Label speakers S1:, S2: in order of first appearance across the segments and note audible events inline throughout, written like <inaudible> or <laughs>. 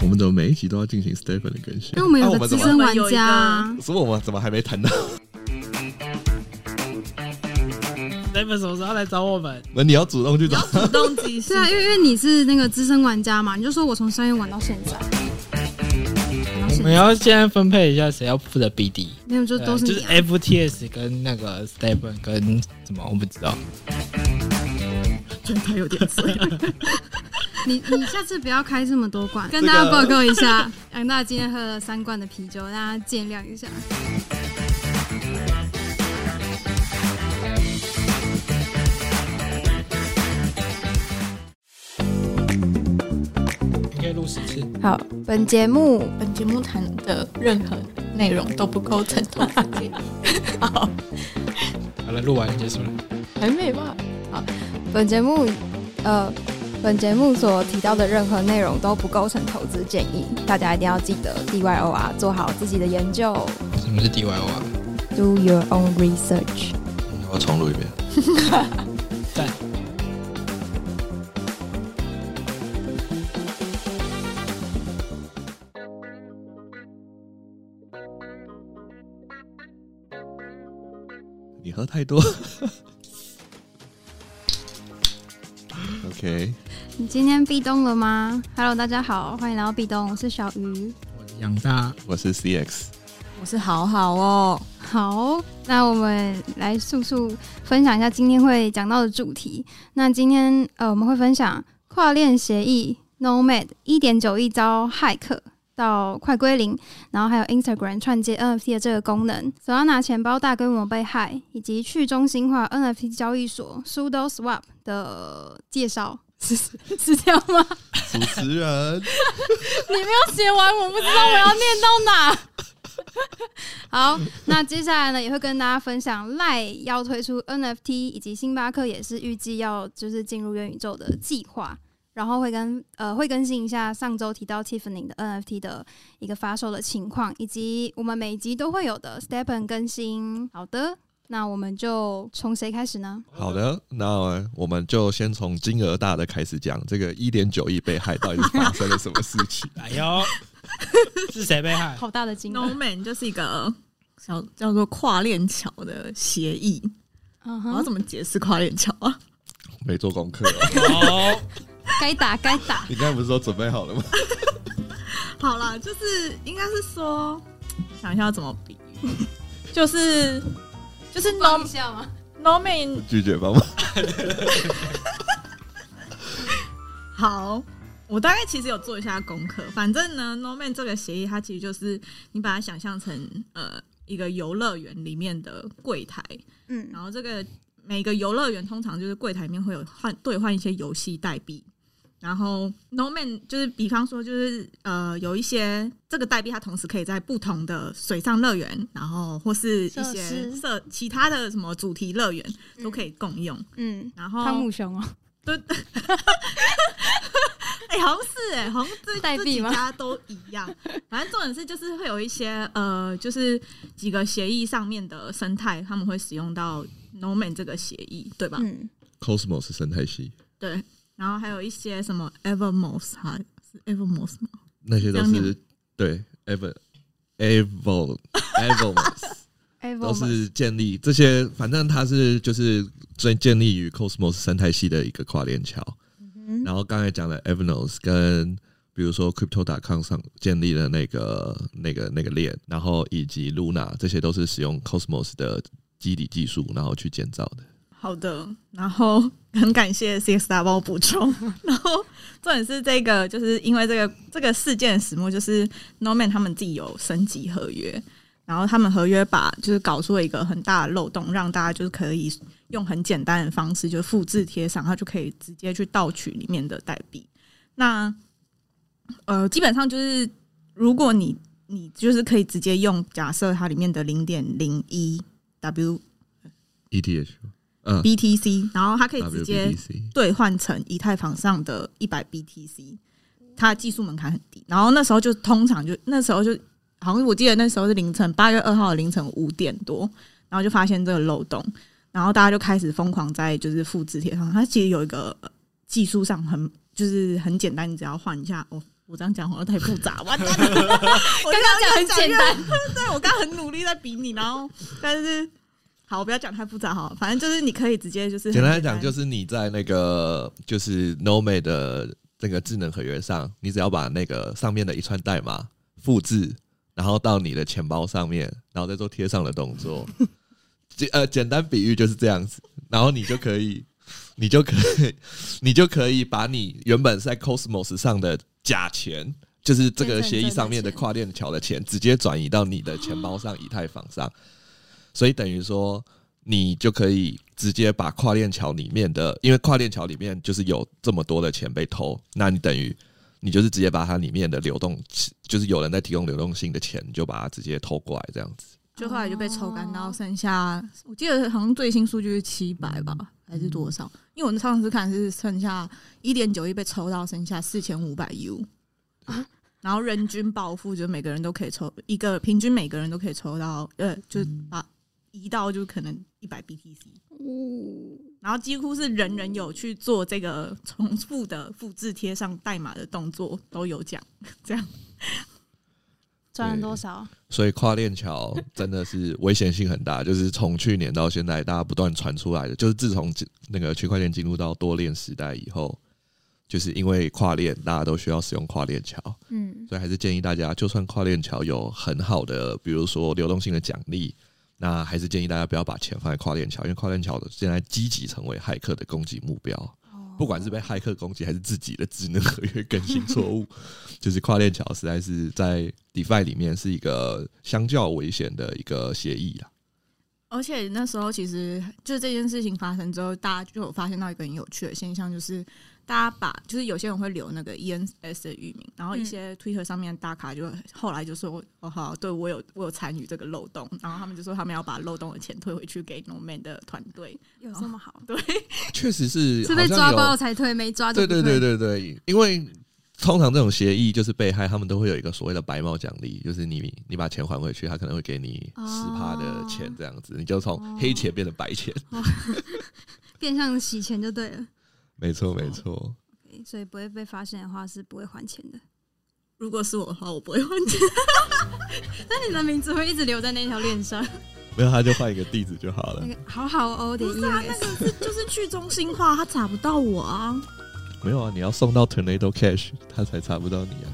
S1: 我们怎么每一集都要进行 Stephen 的更新？
S2: 因为我们
S1: 啊
S2: 有
S1: 我
S2: 个
S1: 们
S2: 资
S1: 怎么
S2: 深玩家啊，
S1: 所以我们怎么还没谈到？
S3: 你们什么时候来找我们？
S1: <laughs> 那你要主动去找。
S3: 主动积极
S2: 对啊，因为因为你是那个资深玩家嘛，你就说我从三月玩到现在，玩到
S3: 我
S2: 现
S3: 们
S2: 在，
S3: 要现在分配一下谁要负责 BD，
S2: 没有就
S3: 对
S2: 都是
S3: 就
S4: 呃
S2: 你
S3: 是
S4: 哎
S2: 啊、
S3: FTS 跟那个 Stephen 跟什么我不知道，
S2: 觉得他有点醉。你你下次不要开这么多罐，跟大家报告一下， <laughs> 杨大今天喝了三罐的啤酒，大家见谅一下。
S3: 你可以录十次。
S5: 好，本节目
S6: 本节目谈的任何内容都不构成投资建议。好，
S3: 好了，录完结束了。
S6: 还没吧？
S5: 本节目呃，本节目所提到的任何内容都不构成投资建议，大家一定要记得 DYOR 做好自己的研究
S3: 什么是 DYO 啊？
S5: ，Do your own research。
S1: 我要重录一遍。
S3: 赞。
S1: 你喝太多。OK，
S2: 你今天壁咚了吗？Hello，大家好，欢迎来到壁咚，我是小鱼。
S3: 我是养大，
S1: 我是 CX。
S5: 我是好好哦，
S2: 好，那我们来速速分享一下今天会讲到的主题。那今天呃，我们会分享跨链协议 Nomad 一点九亿招骇客到快归零，然后还有 Instagram 串接 NFT 的这个功能，Solana 钱包大规模被害，以及去中心化 NFT 交易所 Pseudo Swap 的介绍。 <laughs> 是是是这样吗？
S1: 主持人，
S2: 写完我不知道我要念到哪。 <laughs> 好，那接下来呢，也会跟大家分享赖要推出 NFT，以及星巴克也是预计要就是进入元宇宙的计划，然后会跟呃会更新一下上周提到 Tiffany 的 NFT 的一个发售的情况，以及我们每集都会有的 Stepen 更新。好的，那我们就从谁开始呢？
S1: 好的，那我们就先从金额大的开始讲，这个一点九亿被害到底是发生了什么事情？
S3: 哎呦， <laughs> 是谁被害？
S2: 好大的金
S7: No
S2: 额，
S7: Man 就是一个小叫做跨链桥的协议。
S2: 嗯
S7: 我要
S2: 哼，
S7: 怎么解释跨链桥啊？
S1: <laughs> 没做功课、哦，
S3: 哦，
S2: 该打该打，
S1: 你刚才不是说准备好了吗？
S7: 好啦，就是应该是说，想一下要怎么比喻，就是就是
S2: <laughs>
S7: No
S2: 放一下吗？
S7: No Man
S1: 拒绝帮忙。
S7: 好。我大概其实有做一下功课，反正呢，No Man 这个协议它其实就是你把它想象成呃一个游乐园里面的柜台，
S2: 嗯
S7: 然后这个每个游乐园通常就是柜台里面会有换兑换一些游戏代币，然后 No Man 就是比方说就是呃有一些这个代币它同时可以在不同的水上乐园，然后或是一
S2: 设
S7: 些
S2: 施
S7: 设其他的什么主题乐园都可以共用，
S2: 嗯，
S7: 然后
S2: 汤姆熊哦，
S7: 哎、好像是哎、好像这
S2: 代币吗
S7: 这几家都一样。反正重点是，就是会有一些呃，就是几个协议上面的生态，他们会使用到 No Man 这个协议，对吧？
S2: 嗯，
S1: Cosmos 生态系，
S7: 对，然后还有一些什么 Evermos 哈，是 Evermos 吗？
S1: 那些都
S7: 这样
S1: 是对 Evan Evil
S7: <laughs>
S1: Evil
S2: 哎，
S1: 都是建立这些，反正它是就是最建立于 Cosmos 生态系的一个跨链桥。
S7: 嗯
S1: 然后刚才讲的 Evanos 跟比如说 Crypto.com 上建立的那个那个那个链，然后以及 Luna 这些都是使用 Cosmos 的基底技术，然后去建造的。
S7: 好的，然后 <laughs> 很感谢 CX 大帮我补充。 <laughs> 然后重点是这个，就是因为这个这个事件的始末，就是 Norman 他们自己有升级合约，然后他们合约把就是搞出了一个很大的漏洞，让大家就是可以用很简单的方式，就是复制贴上，它就可以直接去盗取里面的代币。那呃，基本上就是如果你你就是可以直接用，假设它里面的零点零一 W
S1: ETH，嗯
S7: BTC，然后它可以直接
S1: ，WBTC，
S7: 兑换成以太坊上的一百 BTC，它的技术门槛很低。然后那时候就通常就那时候就好像我记得那时候是凌晨八月二号的凌晨五点多，然后就发现这个漏洞，然后大家就开始疯狂在就是复制贴上。它其实有一个呃技术上很就是很简单，你只要换一下。哦，我这样讲好像太复杂，完蛋了。
S2: <laughs>
S7: 刚刚
S2: 讲很简单，
S1: <laughs>
S7: 对我刚刚很努力在比你，然后但是好，我不要讲太复杂哈，反正就是你可以直接就是很
S1: 简单来讲，就是是你在那个就是 Nomad 的那个智能合约上，你只要把那个上面的一串代码复制，然后到你的钱包上面，然后再做贴上的动
S7: <laughs>
S1: 作。简呃，简单比喻就是这样子，然后你就可以，你就可以， <laughs> 你就可以把你原本在 Cosmos 上的假钱。就是这个协议上面的跨链桥的钱，直接转移到你的钱包上、以太坊上，所以等于说，你就可以直接把跨链桥里面的，因为跨链桥里面就是有这么多的钱被偷，那你等于你就是直接把它里面的流动，就是有人在提供流动性的钱，你就把它直接偷过来这样子。
S7: 就后来就被抽干，然后剩下我记得好像最新数据是七百吧，还是多少？因为我上次看是剩下一点九亿被抽到，剩下四千五百 U，然后人均暴富，就每个人都可以抽一个，平均每个人都可以抽到，呃，就是把移到就可能一百 BTC，然后几乎是人人有去做这个重复的复制贴上代码的动作都有奖，这样
S2: 赚了多少？啊
S1: 所以跨链桥真的是危险性很大，就是从去年到现在，大家不断传出来的，就是自从进那个区块链进入到多链时代以后，就是因为跨链，大家都需要使用跨链桥，
S5: 嗯，
S1: 所以还是建议大家，就算跨链桥有很好的，比如说流动性的奖励，那还是建议大家不要把钱放在跨链桥，因为跨链桥现在积极成为骇客的攻击目标。
S2: 哦
S1: 不管是被骇客攻击，还是自己的智能合约更新错误，就是跨链桥实在是在 DeFi 里面是一个相较危险的一个协议啦。
S7: 而且那时候其实就这件事情发生之后，大家就有发现到一个很有趣的现象，就是大家把就是有些人会留那个 ENS 的域名，然后一些 Twitter 上面的大咖就后来就说：“哦好，对我有我有参与这个漏洞。”然后他们就说他们要把漏洞的钱退回去给 No Man 的团队。
S2: 有这么好？
S7: 对，
S1: 确实是
S2: 是
S1: 好
S2: 被
S1: 像
S2: 抓
S1: 有
S2: 包才退，没抓就
S1: 对
S2: 不
S1: 对
S2: 退
S1: 对对对，因为通常这种协议就是被害，他们都会有一个所谓的白帽奖励，就是你你把钱还回去，他可能会给你
S2: 哦
S1: 十趴的钱这样子，你就从黑钱变成白钱。
S2: 变相洗钱就对了。
S1: <laughs> 没错没错，
S2: OK，所以不会被发现的话是不会还钱的。
S7: 如果是我的话，我不会问这
S2: <laughs> 那你的名字会一直留在那条链上，
S1: 没有他就换一个地址就好了
S2: 那。个好好哦点 ES，
S7: 啊个，就是去中心化，他查不到我啊。
S1: 没有啊，你要送到 Tornado Cash，他才查不到你啊，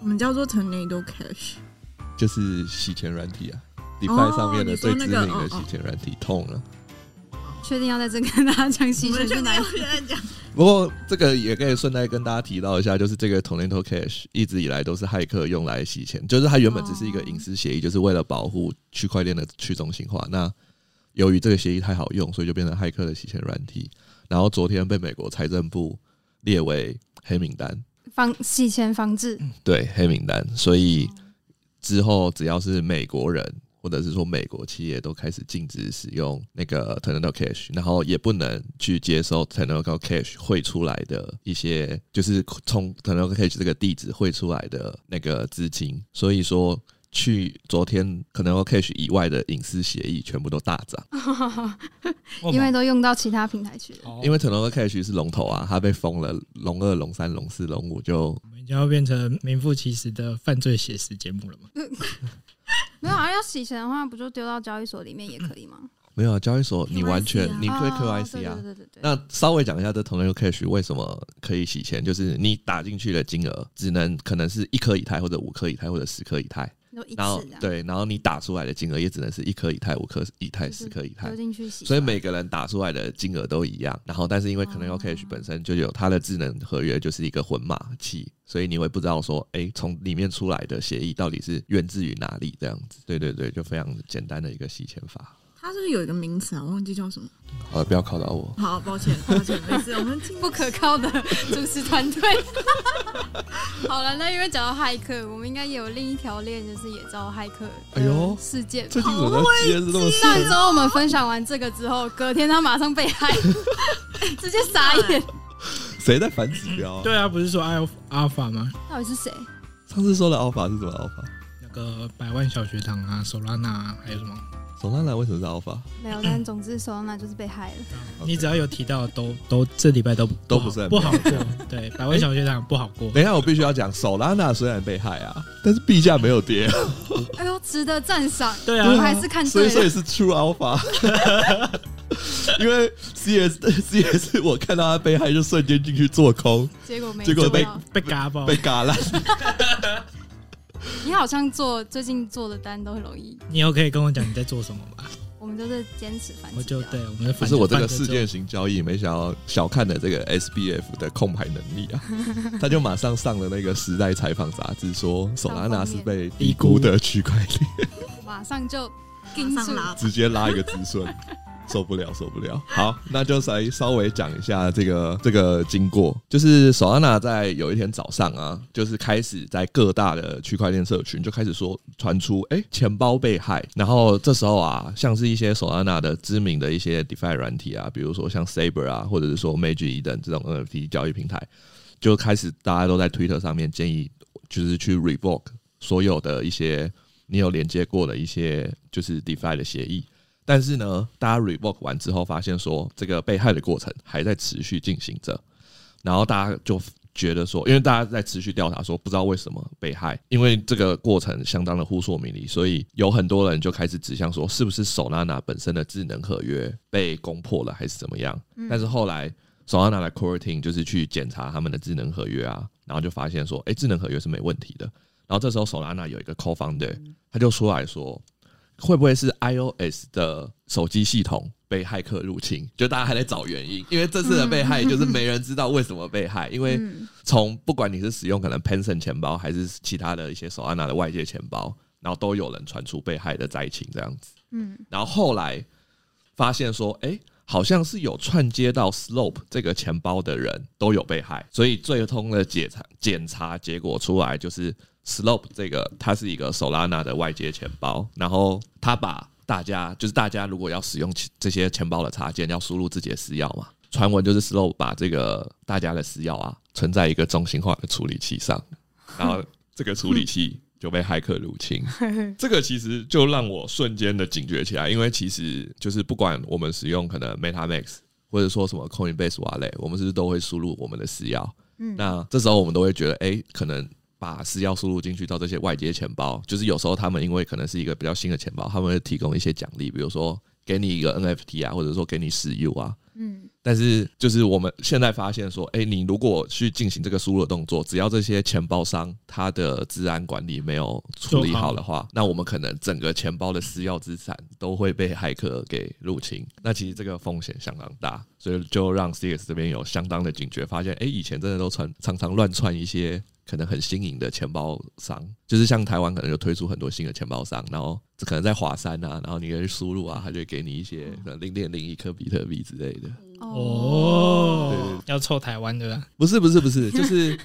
S7: 什么叫做 Tornado Cash？ <laughs>
S1: 就是洗钱软体啊。
S7: 哦
S1: DeFi 上面的
S7: 你说
S1: 最知
S7: 那
S1: 名
S7: 个
S1: 的
S7: 哦哦
S1: 洗钱软体痛啊了，
S2: 确定要在这跟大家讲洗
S7: 你
S2: 钱
S7: 们
S2: 是
S7: 确定
S2: 哪一
S7: 要
S2: 个？
S7: 现在讲？
S1: 不过这个也可以顺带跟大家提到一下，就是这个 Tornado Cash 一直以来都是骇客用来洗钱，就是它原本只是一个隐私协议，就是为了保护区块链的去中心化。那由于这个协议太好用，所以就变成骇客的洗钱软体。然后昨天被美国财政部列为黑名单，
S2: 防洗钱
S1: <laughs>
S2: 防治，
S1: 对黑名单，所以之后只要是美国人或者是说美国企业都开始禁止使用那个 Tornado Cash，然后也不能去接收 Tornado Cash 汇出来的一些，就是从 Tornado Cash 这个地址汇出来的那个资金，所以说。去昨天可能 Cash 以外的隐私协议全部都大涨，
S2: 哦
S1: 哦
S2: 因为都用到其他平台去了。
S3: 哦
S1: 因为 Tornado Cash 是龙头啊，它被封了，龙二、龙三、龙四、龙五就
S3: 我们就要变成名副其实的犯罪写实节目了嘛？
S2: 没有啊，要洗钱的话，不就丢到交易所里面也可以吗？
S1: 没有啊。交易所你完全
S7: KYC 啊
S1: 你会
S2: 哦
S1: KYC 啊，
S2: 对对对对对。
S1: 那稍微讲一下这 Tornado Cash 为什么可以洗钱，就是你打进去的金额只能可能是一颗以太或者五颗以太或者十颗以太，
S2: 就一次
S1: 然后
S2: 这样，
S1: 对，然后你打出来的金额也只能是一颗以太、五颗以太、
S2: 就是
S1: 十颗以太
S2: 丢。进去洗出来，
S1: 所以每个人打出来的金额都一样，然后但是因为
S2: 哦
S1: Tornado Cash 本身就有它的智能合约就是一个混码器，所以你会不知道说，哎、从里面出来的协议到底是源自于哪里这样子。对对对，就非常简单的一个洗钱法。
S7: 他是不是有一个名词啊？我忘记叫什么。
S1: 好了，不要考到我。
S7: 好，抱歉，抱歉，没事，我们 <laughs> 听
S2: 不可靠的 <laughs> 主持团队。 <laughs> 好了，那因为讲到骇客，我们应该也有另一条链，就是也遭骇客
S1: 哎呦
S2: 的事件。
S1: 最近怎么都接是这么
S2: 上周我们分享完这个之后，隔天他马上被害， <laughs> 直接傻眼。
S1: 谁在反指标、啊？
S3: 对啊，不是说阿尔阿尔法吗？
S2: 到底是谁？
S1: 上次说的 alpha 是什么 alpha？
S3: 那个百万小学堂啊，手拉那还有什么？
S1: 索拉娜为什么是 Alpha？
S2: 没有，但总之索娜就是被害了。
S1: OK
S4: 你只要有提到，都都这礼拜都
S1: 都
S4: 不
S1: 不是很哎
S4: 好不好过。对，百万小学堂不好过。
S1: 等一下，我必须要讲，索拉娜虽然被害啊，但是币价没有跌，
S2: 哎呦，值得赞赏。
S4: 对啊
S2: 我还是看
S1: 所以
S2: 对
S1: 所以
S2: 了。
S1: 是 True Alpha。因 <laughs> 为 CS <laughs> CS，我看到他被害就瞬间进去做空，
S2: 结果没
S1: 结果
S2: 做
S1: 被
S2: 到
S4: 被嘎爆
S1: 被，嘎烂。
S2: 你好像做最近做的单都很容易，
S4: 你又可以跟我讲你在做什么吧？
S2: 我们就是坚持反击。
S4: 我就对，我们的
S1: 不
S4: 反
S1: 是我这个
S4: 反着
S1: 事
S4: 做
S1: 件型交易，没想到小看了这个 SBF 的控盘能力啊，他就马上上了那个《时代采访》杂志，说索拉娜是被低估的区块链，
S2: 马上就盯
S7: 马
S2: 住
S7: 上。拉吧。
S1: 直接拉一个止损，受不了，受不了。好，那就来稍微讲一下这个这个经过，就是索拉娜在有一天早上啊，就是开始在各大的区块链社群就开始说传出，哎、钱包被害，然后这时候啊，像是一些索拉娜的知名的一些 DeFi 软体啊，比如说像 Saber 啊，或者是说 Magic Eden 这种 NFT 交易平台，就开始大家都在 Twitter 上面建议，就是去 revoke 所有的一些你有连接过的一些就是 DeFi 的协议。但是呢，大家 revoke 完之后，发现说这个被害的过程还在持续进行着，然后大家就觉得说，因为大家在持续调查，说不知道为什么被害，因为这个过程相当的扑朔迷离，所以有很多人就开始指向说，是不是 Solana 本身的智能合约被攻破了，还是怎么样？但是后来 Solana 的 Core Team 就是去检查他们的智能合约啊，然后就发现说，哎、智能合约是没问题的。然后这时候 Solana 有一个 Co-founder，他就出来说，会不会是 iOS 的手机系统被骇客入侵？就大家还在找原因，因为这次的被害就是没人知道为什么被害，因为从不管你是使用可能 Pension 钱包，还是其他的一些手安娜的外界钱包，然后都有人传出被害的灾情这样子。嗯，然后后来发现说，哎、好像是有串接到 Slope 这个钱包的人都有被害，所以最通的检查检查结果出来就是。Slope 这个，它是一个 Solana 的外接钱包，然后它把大家就是大家如果要使用其这些钱包的插件，要输入自己的私钥嘛。传闻就是 Slope 把这个大家的私钥啊存在一个中心化的处理器上，然后这个处理器就被骇客入侵。这个其实就让我瞬间的警觉起来，因为其实就是不管我们使用可能 MetaMax 或者说什么 Coinbase Wallet，我们是不是都会输入我们的私钥？那这时候我们都会觉得，哎、可能把私钥输入进去到这些外接钱包，就是有时候他们因为可能是一个比较新的钱包，他们会提供一些奖励，比如说给你一个 NFT 啊，或者说给你试 U 啊。嗯，但是就是我们现在发现说，哎、你如果去进行这个输入的动作，只要这些钱包商它的治安管理没有处理好的话，那我们可能整个钱包的私钥资产都会被骇客给入侵。那其实这个风险相当大，所以就让 CS 这边有相当的警觉，发现哎、诶以前真的都传常常乱串一些可能很新颖的钱包商，就是像台湾可能就推出很多新的钱包商，然后可能在华山啊，然后你可以去输入啊，它就会给你一些可能零点零一颗比特币之类的。
S4: 哦，要凑台湾的啊啦，
S1: 不是不是不是，就是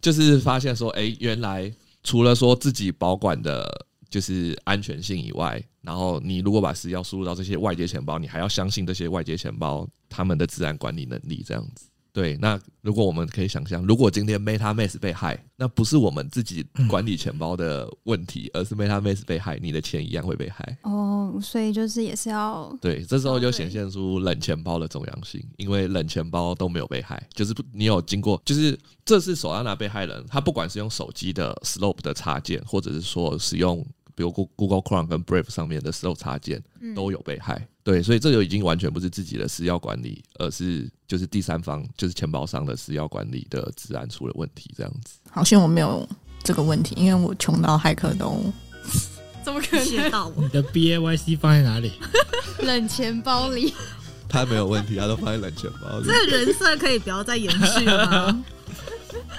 S1: 就是发现说，哎、原来除了说自己保管的，就是安全性以外，然后你如果把私钥输入到这些外接钱包，你还要相信这些外接钱包他们的治安管理能力这样子。对，那如果我们可以想象，如果今天 MetaMask 被害，那不是我们自己管理钱包的问题，而是 MetaMask 被害，你的钱一样会被害。
S2: 哦，所以就是也是要
S1: 对，这时候就
S2: 对
S1: 显现出冷钱包的重要性，因为冷钱包都没有被害，就是不你有经过，就是这是手安娜被害人，他不管是用手机的 Slope 的插件，或者是说使用比如 Goo- Google Chrome 跟 Brave 上面的 Slope 插件，都有被害。对，所以这就已经完全不是自己的私钥管理，而是就是第三方，就是钱包商的私钥管理的治安出了问题，这样子。
S6: 好像我没有这个问题，因为我穷到骇客都
S2: 怎么可能 <laughs>
S7: 到我
S4: 你的 B A Y C 放在哪里？
S2: 冷钱包里？
S1: <laughs> 他没有问题，他都放在冷钱包里
S7: 这个人设可以不要再延续
S6: <laughs>
S7: 了吗？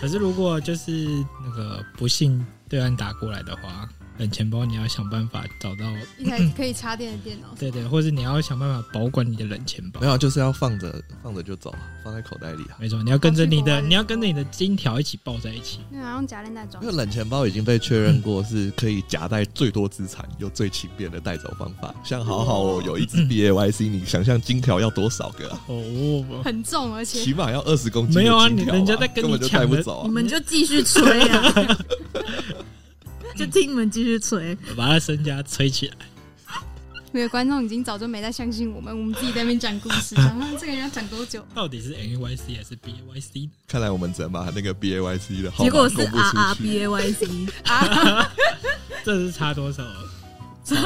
S4: 可是如果就是那个不幸对岸打过来的话，冷钱包你要想办法找到，
S2: 一台可以插电的电脑，
S4: 对对，或者你要想办法保管你的冷钱包
S1: 没。有，啊就是要放着放着就走，放在口袋里啊。
S4: 没错，你要跟着你
S2: 好
S4: 的，
S2: 哦去国外的时候
S4: 你要跟着你的金条一起抱在一起。
S2: 因为好像夹链袋装
S1: 因。为冷钱包已经被确认过是可以夹带最多资产又最轻便的带走方法，像好好哦，有一只 BAYC，你想象金条要多少个啊？
S4: 哦，
S2: 很重，而且
S1: 起码要二十公斤的
S4: 没
S1: 金
S4: 有
S1: 条吧。
S4: 啊你人家在跟
S1: 根
S4: 你
S1: 本就带
S4: 抢
S1: 不
S4: 的
S1: 走
S7: 你
S1: 啊。
S7: 们就继续吹啊，就听你们继续吹。
S4: 把他身家吹起来。
S2: 没有观众已经早就没再相信我们，我们自己在那边讲故事，想让这个人要讲多久？
S4: 到底是 N A Y C 还是 B A Y C？
S1: 看来我们只能把那个 B A Y C 的号
S7: 结
S1: 码
S7: 果是
S1: 公布
S4: 啊
S7: R R
S1: 出
S7: B
S1: 去，
S7: A
S2: <laughs>
S7: Y C，
S4: 这是差多少？啊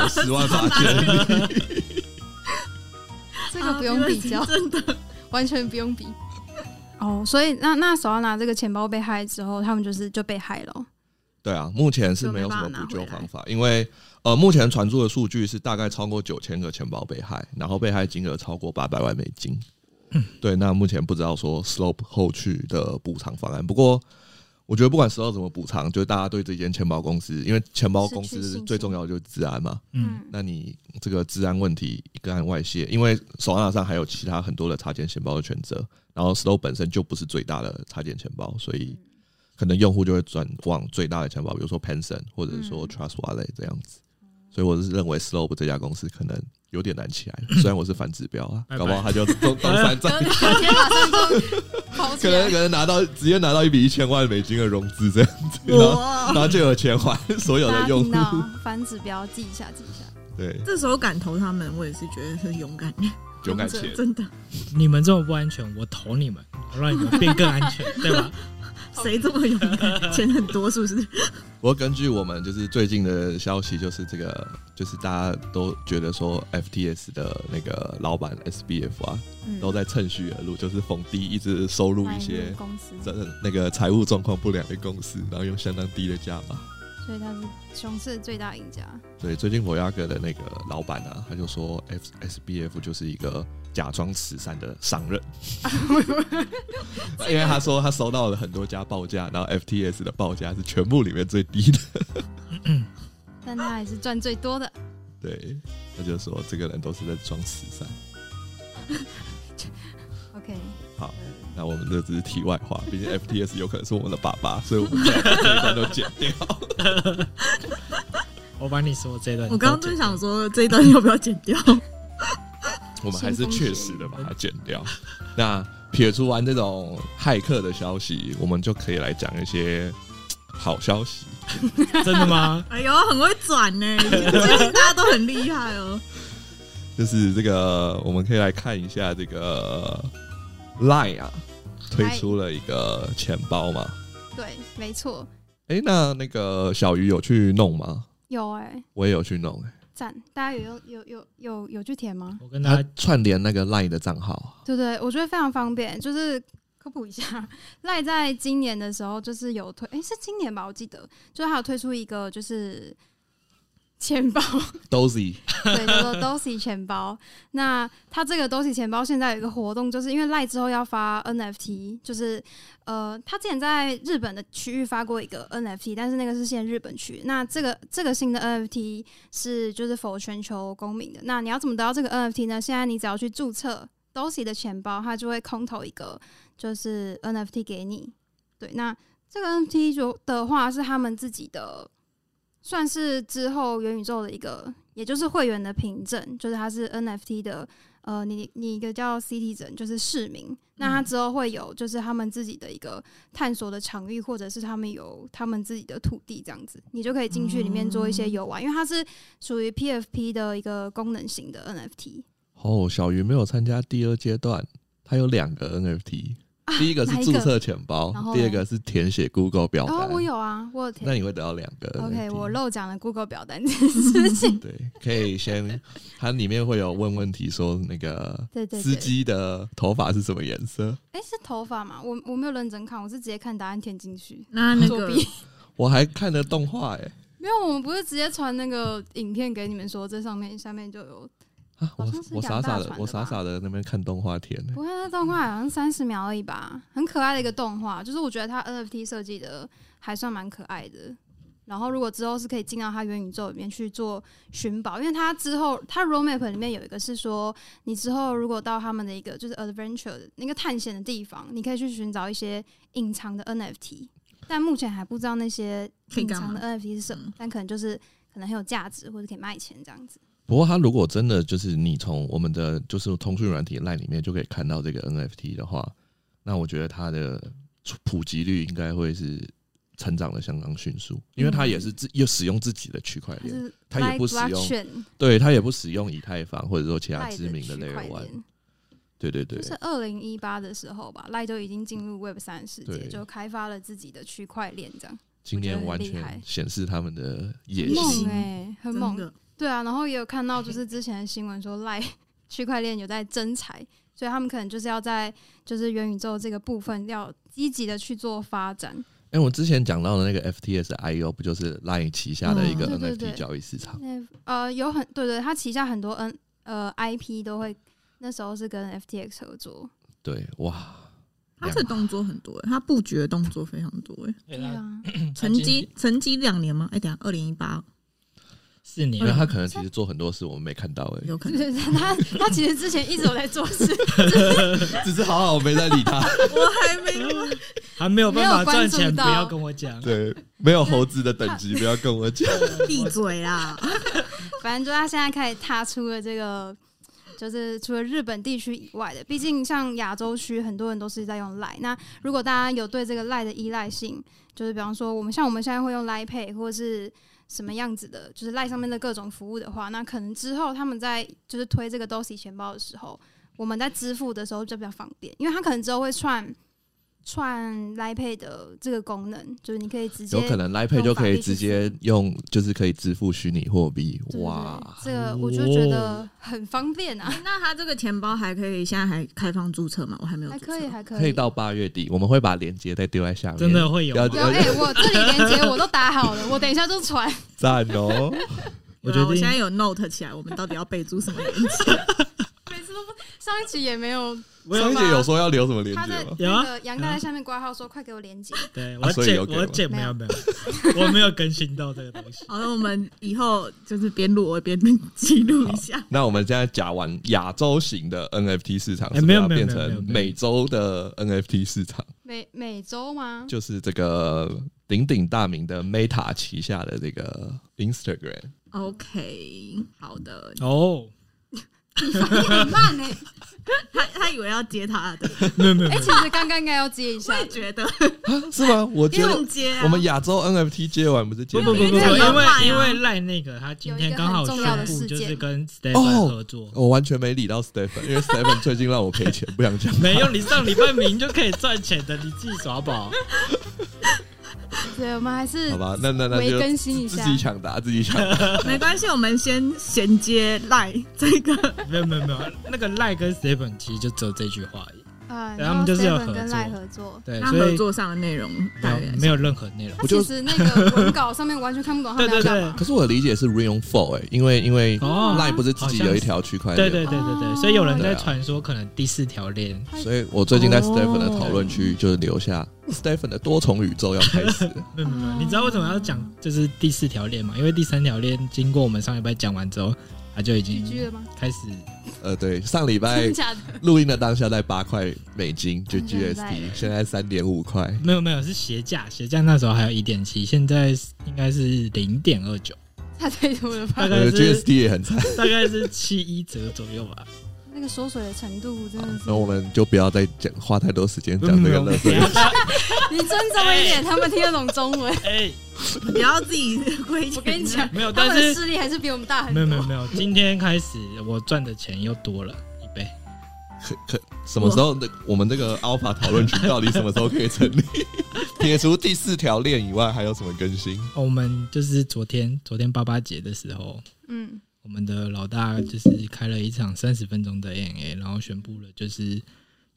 S1: 十万
S4: <laughs>
S1: 八千里。
S2: 这
S7: 啊
S2: 啊个不用比较，
S7: 真的
S2: 完全不用比。哦，所以那那手要拿这个钱包被害之后，他们就是就被害了。
S1: 对啊，目前是没有什么补救方法，因为呃，目前传出的数据是大概超过九千个钱包被害，然后被害金额超过八百万美金。对，那目前不知道说 Slope 后续的补偿方案，不过。我觉得不管 Slope 怎么补偿，就是大家对这间钱包公司，因为钱包公
S2: 失去信
S1: 司
S2: 心
S1: 最重要的就是治安嘛。
S4: 嗯，
S1: 那你这个治安问题一个案外泄，因为手拿上还有其他很多的插件钱包的选择，然后 Slow 本身就不是最大的插件钱包，所以可能用户就会转往最大的钱包，比如说 Pension 或者说 Trust Wallet 这样子。所以我是认为 Slope 这家公司可能有点难起来了，虽然我是反指标啊，
S4: 拜拜
S1: 搞不好他就东东山
S2: <laughs>
S1: 再起，
S2: 有天马上就跑起
S1: 可能
S2: 来
S1: 可，能拿到直接拿到一笔一千万美金的融资这样子，然后
S7: 哇！
S1: 然后就有钱还所有
S2: 大
S1: 的
S2: 家
S1: 用
S2: 听
S1: 户。
S2: 到反指标记一下，记一下。
S1: 对，
S7: 这时候敢投他们，我也是觉得是勇敢，
S1: 勇敢
S7: 勇
S1: 且
S7: 者 <laughs> 真的，
S4: 你们这么不安全，我投你们，我让你们变更安全，对吧？
S7: 谁这么勇敢？钱很多是
S6: <laughs>
S7: 不是？
S1: 我根据我们就是最近的消息，就是这个，就是大家都觉得说 FTS 的那个老板 SBF 啊，都在趁虚而入，就是逢低一直收入一
S2: 卖
S1: 些
S2: 嗯入公司，
S1: 这那个财务状况不良的公司，然后用相当低的价码。
S2: 所以他是熊市的最大赢家。
S1: 所以最近火鸭哥的那个老板啊，他就说 F SBF 就是一个假装慈善的商人，因为他说他收到了很多家报价，然后 FTS 的报价是全部里面最低的。 <laughs>
S2: 但他还是赚最多的，
S1: 对，他就说这个人都是在装慈善。
S2: OK，
S1: 那我们这只是题外话，毕竟 FTS 有可能是我们的爸爸，所以我们只好把这一段都剪掉。
S4: 我把你说这段，
S7: 我刚刚就想说这一段要不要剪掉？ <laughs>
S1: 我们还是确实的把它剪掉。那撇除完这种骇客的消息，我们就可以来讲一些好消息。
S4: 真的吗？
S7: 哎呦，很会转
S6: <laughs>
S7: 呢、最近大家都很厉害哦。
S1: 就是这个，我们可以来看一下这个 Line 啊，推出了一个钱包嘛。
S2: 对，没错，
S1: 诶，那那个小鱼有去弄吗？
S2: 有哎、
S1: 我也有去弄、欸，
S2: 赞，大家有有有有有有去填吗？
S4: 我跟
S1: 他
S4: 他
S1: 串联那个 Line 的账号，
S2: 对对，我觉得非常方便，就是科普一下， <laughs> 赖在今年的时候就是有推，诶，是今年吧，我记得，就是还有推出一个就是钱包，
S1: Dozy
S2: 对，叫做 Dosy 钱包。那它这个 Dosy 钱包现在有一个活动，就是因为赖之后要发 NFT，就是呃，它之前在日本的区域发过一个 NFT，但是那个是限日本区。那这个这个新的 NFT 是就是否全球公民的。那你要怎么得到这个 NFT 呢？现在你只要去注册 Dosy 的钱包，它就会空投一个就是 NFT 给你。对，那这个 NFT 就的话是他们自己的。算是之后元宇宙的一个，也就是会员的凭证，就是它是 NFT 的，呃，你你一个叫 citizen，就是市民，那它之后会有就是他们自己的一个探索的场域，或者是他们有他们自己的土地这样子，你就可以进去里面做一些游玩，因为它是属于 PFP 的一个功能型的 NFT。
S1: 哦，小鱼没有参加第二阶段，他有两个 NFT，、
S2: 啊
S1: 第一个是
S2: 哪
S1: 注
S2: 一个
S1: 册钱包
S2: 然，后
S1: 第二个是填写 Google 表单。
S2: 哦，我有啊，我有填
S1: 那你会得到两个
S2: OK，
S1: NFT
S2: 我漏讲了 Google 表单这件
S1: <laughs>
S2: 事情。
S1: 对，可以先，它里面会有问问题，说那个
S2: 对对对
S1: 司机的头发是什么颜色。
S2: 哎、是头发吗？我我没有认真看，我是直接看答案填进去。
S7: 那那
S2: 作
S7: 个
S2: 弊 <laughs>
S1: 我还看了动画哎、
S2: 没有，我们不是直接传那个影片给你们说，这上面下面就有。
S1: 啊，我
S2: 好像是
S1: 我
S2: 养
S1: 傻
S2: 大
S1: 傻的，
S2: 船
S1: 我
S2: 的
S1: 傻
S2: 吧
S1: 傻的那边看动画填、欸，
S2: 我看那动画好像三十秒而已吧，很可爱的一个动画，就是我觉得它 NFT 设计的还算蛮可爱的。然后如果之后是可以进到它元宇宙里面去做寻宝，因为它之后它 roadmap 里面有一个是说，你之后如果到他们的一个就是 adventure 的那个探险的地方，你可以去寻找一些隐藏的 NFT，但目前还不知道那些
S7: 可以
S2: 隐
S7: 干
S2: 藏
S7: 嘛
S2: 的 NFT 是什么
S7: 嗯，
S2: 但可能就是可能很有价值或者可以卖钱这样子。
S1: 不过，它如果真的就是你从我们的就是通讯软体 LINE 里面就可以看到这个 NFT 的话，那我觉得它的普及率应该会是成长的相当迅速，因为它也是自又使用自己的区块
S2: 就
S1: 链，
S2: 嗯是
S1: 它也不使用
S2: Live Blockchain
S1: 对，它也不使用以太坊或者说其他
S2: Line
S1: 知名的
S2: 区
S1: Layer
S2: 块
S1: One，
S2: 链，
S1: 对对对
S2: 就，是二零一八的时候吧，赖就已经进入 Web 三世界，
S1: 对
S2: 就开发了自己的区块链，这样
S1: 今年完
S2: 我觉得很
S1: 全
S2: 厉害
S1: 显示他们的野
S7: 也
S1: 心
S7: 是
S2: 猛哎，很
S7: 真
S2: 猛，
S7: 的，
S2: 对啊，然后也有看到就是之前的新闻说赖 <laughs> 区块链有在增财，所以他们可能就是要在就是元宇宙这个部分要积极的去做发展。
S1: 哎、我之前讲到的那个 FTS IO 不就是 Line 旗下的一个
S2: 嗯对对对
S1: NFT 交易市场？
S2: 那呃有很对对，他旗下很多 N 呃 IP 都会那时候是跟 FTX 合作，
S1: 对，哇，
S7: 他这动作很多、欸，他布局的动作非常多、欸，
S4: 对嗯
S2: 对啊， <laughs>
S7: 沉积沉积两年吗？哎、等一下二零一八
S4: 四年
S1: 因为，他
S2: 嗯
S1: 可能其实做很多事我们没看到哎而
S2: <laughs>
S7: 有可
S2: 对
S7: 能，
S2: 对对，他他其实之前一直有在做事，
S1: 已，只是好好没在理
S2: <laughs>
S1: 他。
S7: 我还没有
S4: 还没有办
S2: 没有
S4: 法
S2: 关
S4: 赚
S2: 注
S4: 钱，不
S2: 到
S4: 要跟我讲。
S1: 对，没有猴子的等级，不要跟我讲。
S7: <laughs> 闭嘴啦！
S2: 反正就他现在开始踏出了这个，就是除了日本地区以外的，毕竟像亚洲区很多人都是在用 Line。那如果大家有对这个 Line 的依赖性，就是比方说我们像我们现在会用 Line Pay 或是什么样子的，就是 Line 上面的各种服务的话，那可能之后他们在就是推这个 Dossi 钱包的时候，我们在支付的时候就比较方便，因为他可能之后会串。串 Line Pay 的这个功能，就是你可以直接
S1: 有可能 Line Pay 就可以直接用，就是可以支付虚拟货币。
S2: 对对对
S1: 哇，
S2: 这个我就觉得很方便啊，
S7: 那他这个钱包还可以，现在还开放注册吗？我还没有
S2: 还
S7: 注册，啊
S2: 可以，啊还可以。
S1: 可以到八月底，我们会把链接再丢在下面。
S4: 真的会有
S1: 不要
S2: 有哎、我这里连接我都打好了，我等一下就 <laughs> 传。
S1: 赞哦！
S7: 有
S4: 我
S7: 啊
S4: 决
S7: 我现在
S4: 定，
S7: 有 note 起来，我们到底要备注什么链接？
S2: 每次都不，上一期也没有，
S4: <laughs> 我
S1: 张
S4: 有
S2: 吗
S1: 姐有说要留什么链
S2: 他
S1: 接
S2: 在
S1: 吗？
S4: 有
S2: 那
S4: 啊
S2: 个杨大在下面挂号说快给我连接，
S4: 对我
S1: 啊所以
S4: 姐
S1: 有给
S4: 我
S1: 吗
S4: 姐没有没有，我没有 <laughs> 更新到这个东西。
S7: 好了，我们以后就是边录我边记录一下。
S1: 那我们现在讲完亚洲型的 NFT 市场，
S4: 哎
S1: 是不是
S4: 没有
S1: 要
S4: 没有
S1: 变
S4: 没有没有
S1: 成
S4: 没有
S1: 美洲的 NFT 市场，
S2: 每每周吗？
S1: 就是这个鼎鼎大名的 Meta 旗下的这个 Instagram。
S7: <laughs> OK，好的，欸
S4: 哦，
S7: <laughs>
S2: 很慢哎、
S7: 他他以为要接他的，
S4: 没有没有
S2: 哎、
S4: 没有
S2: 其实刚刚应该要接一
S7: 我
S2: 下，
S7: 也觉得 <laughs>
S1: 是吗？我
S7: 不
S1: 觉得
S7: 用接啊。
S1: 我们亚洲 NFT 接完不是接
S4: 不不不不，
S7: 因
S4: 不
S7: 为有
S4: 因为
S7: 赖啊
S4: 因为赖那个他今天刚好
S2: 有一个很重要的
S4: 宣布
S2: 事件
S4: 就是跟 Stephen
S1: 哦
S4: 合作，
S1: 我完全没理到 Stephen，因为 Stephen 最近让我赔钱，不想讲。
S4: 没有你上礼拜明就可以赚钱的，你自己耍宝。
S2: 对，我们还是
S1: 好吧，那那那
S2: 微
S1: 就
S2: 更新一
S1: 自
S2: 下
S1: 己抢答，自己抢
S4: <laughs>
S1: 答。
S7: 没关系，我们先衔接赖这个，
S4: 没有没有没有，那个赖跟 Stephen 其实就只有这句话而已，
S2: 啊，
S4: 对
S2: 然
S4: 哎他
S2: 后
S4: 们就是有
S2: Stephen 跟
S4: 合作
S2: 赖合作。
S4: 对，
S7: 他
S4: 所
S7: 合
S4: 以
S7: 作上的内容
S4: 没
S7: 大概
S4: 有没有任何内容。
S2: 他
S1: 我就
S2: 其实那个文稿上面完全看不懂他
S4: 对
S2: 们要
S4: 对
S2: 干
S4: 对
S2: 嘛。，
S1: 可是我的理解是 Real Four 哎、因为因为
S4: 哦
S1: Line 不是自己有一条区块
S4: 对
S1: 链，
S4: 对对对
S2: 哦
S4: 对，所以有人
S1: 对
S4: 在
S1: 啊
S4: 传说可能第四条链
S2: 哎
S1: 所以我最近在 Stephen
S2: 哦
S1: 的讨论区就是留下 Stephen 的多重宇宙要开
S2: <laughs>
S1: 始了。
S4: 没有没有没
S2: 哦
S4: 有，你知道为什么要讲就是第四条链吗？因为第三条链经过我们上礼拜讲完之后，它就已
S2: GG
S4: 经
S2: 了吗？
S4: 开始
S1: 呃，对，上礼
S2: 真
S1: 拜
S2: 的假的？
S1: 录音的当下在八块美金，就
S2: 现在
S1: GSD，现在三点五块。
S4: 没有没有是鞋架，鞋架那时候还有一点七，现在应该是零点二九，
S2: 太太多了吧？
S4: 大概
S1: 呃
S4: 是
S1: ，GSD 也很惨，
S4: 大概是七一折左右吧。
S2: 那个缩水的程度真的是嗯
S1: 那，我们就不要再讲花太多时间讲这个
S4: 没
S1: 了
S4: 有。没有
S2: 你尊重一点，他们听得懂中文。
S4: <laughs> 哎，
S7: 不要自己 <laughs> 归
S2: 我跟你讲，
S4: 没有，
S2: 他
S4: 但
S2: 们的
S4: 是
S2: 视力还是比我们大很
S4: 没
S2: 多
S4: 有。没有
S2: <laughs>
S4: 没有，今天开始我赚的钱又多了一倍。
S1: 可可什么时候的我们这个 Alpha 讨论群到底什么时候可以成
S2: <laughs>
S1: 立？撇除第四条链以外，还有什么更新？
S4: 哦我们就是昨天昨天八八节的时候，
S2: 嗯，
S4: 我们的老大就是开了一场三十分钟的 ANA，然后宣布了就是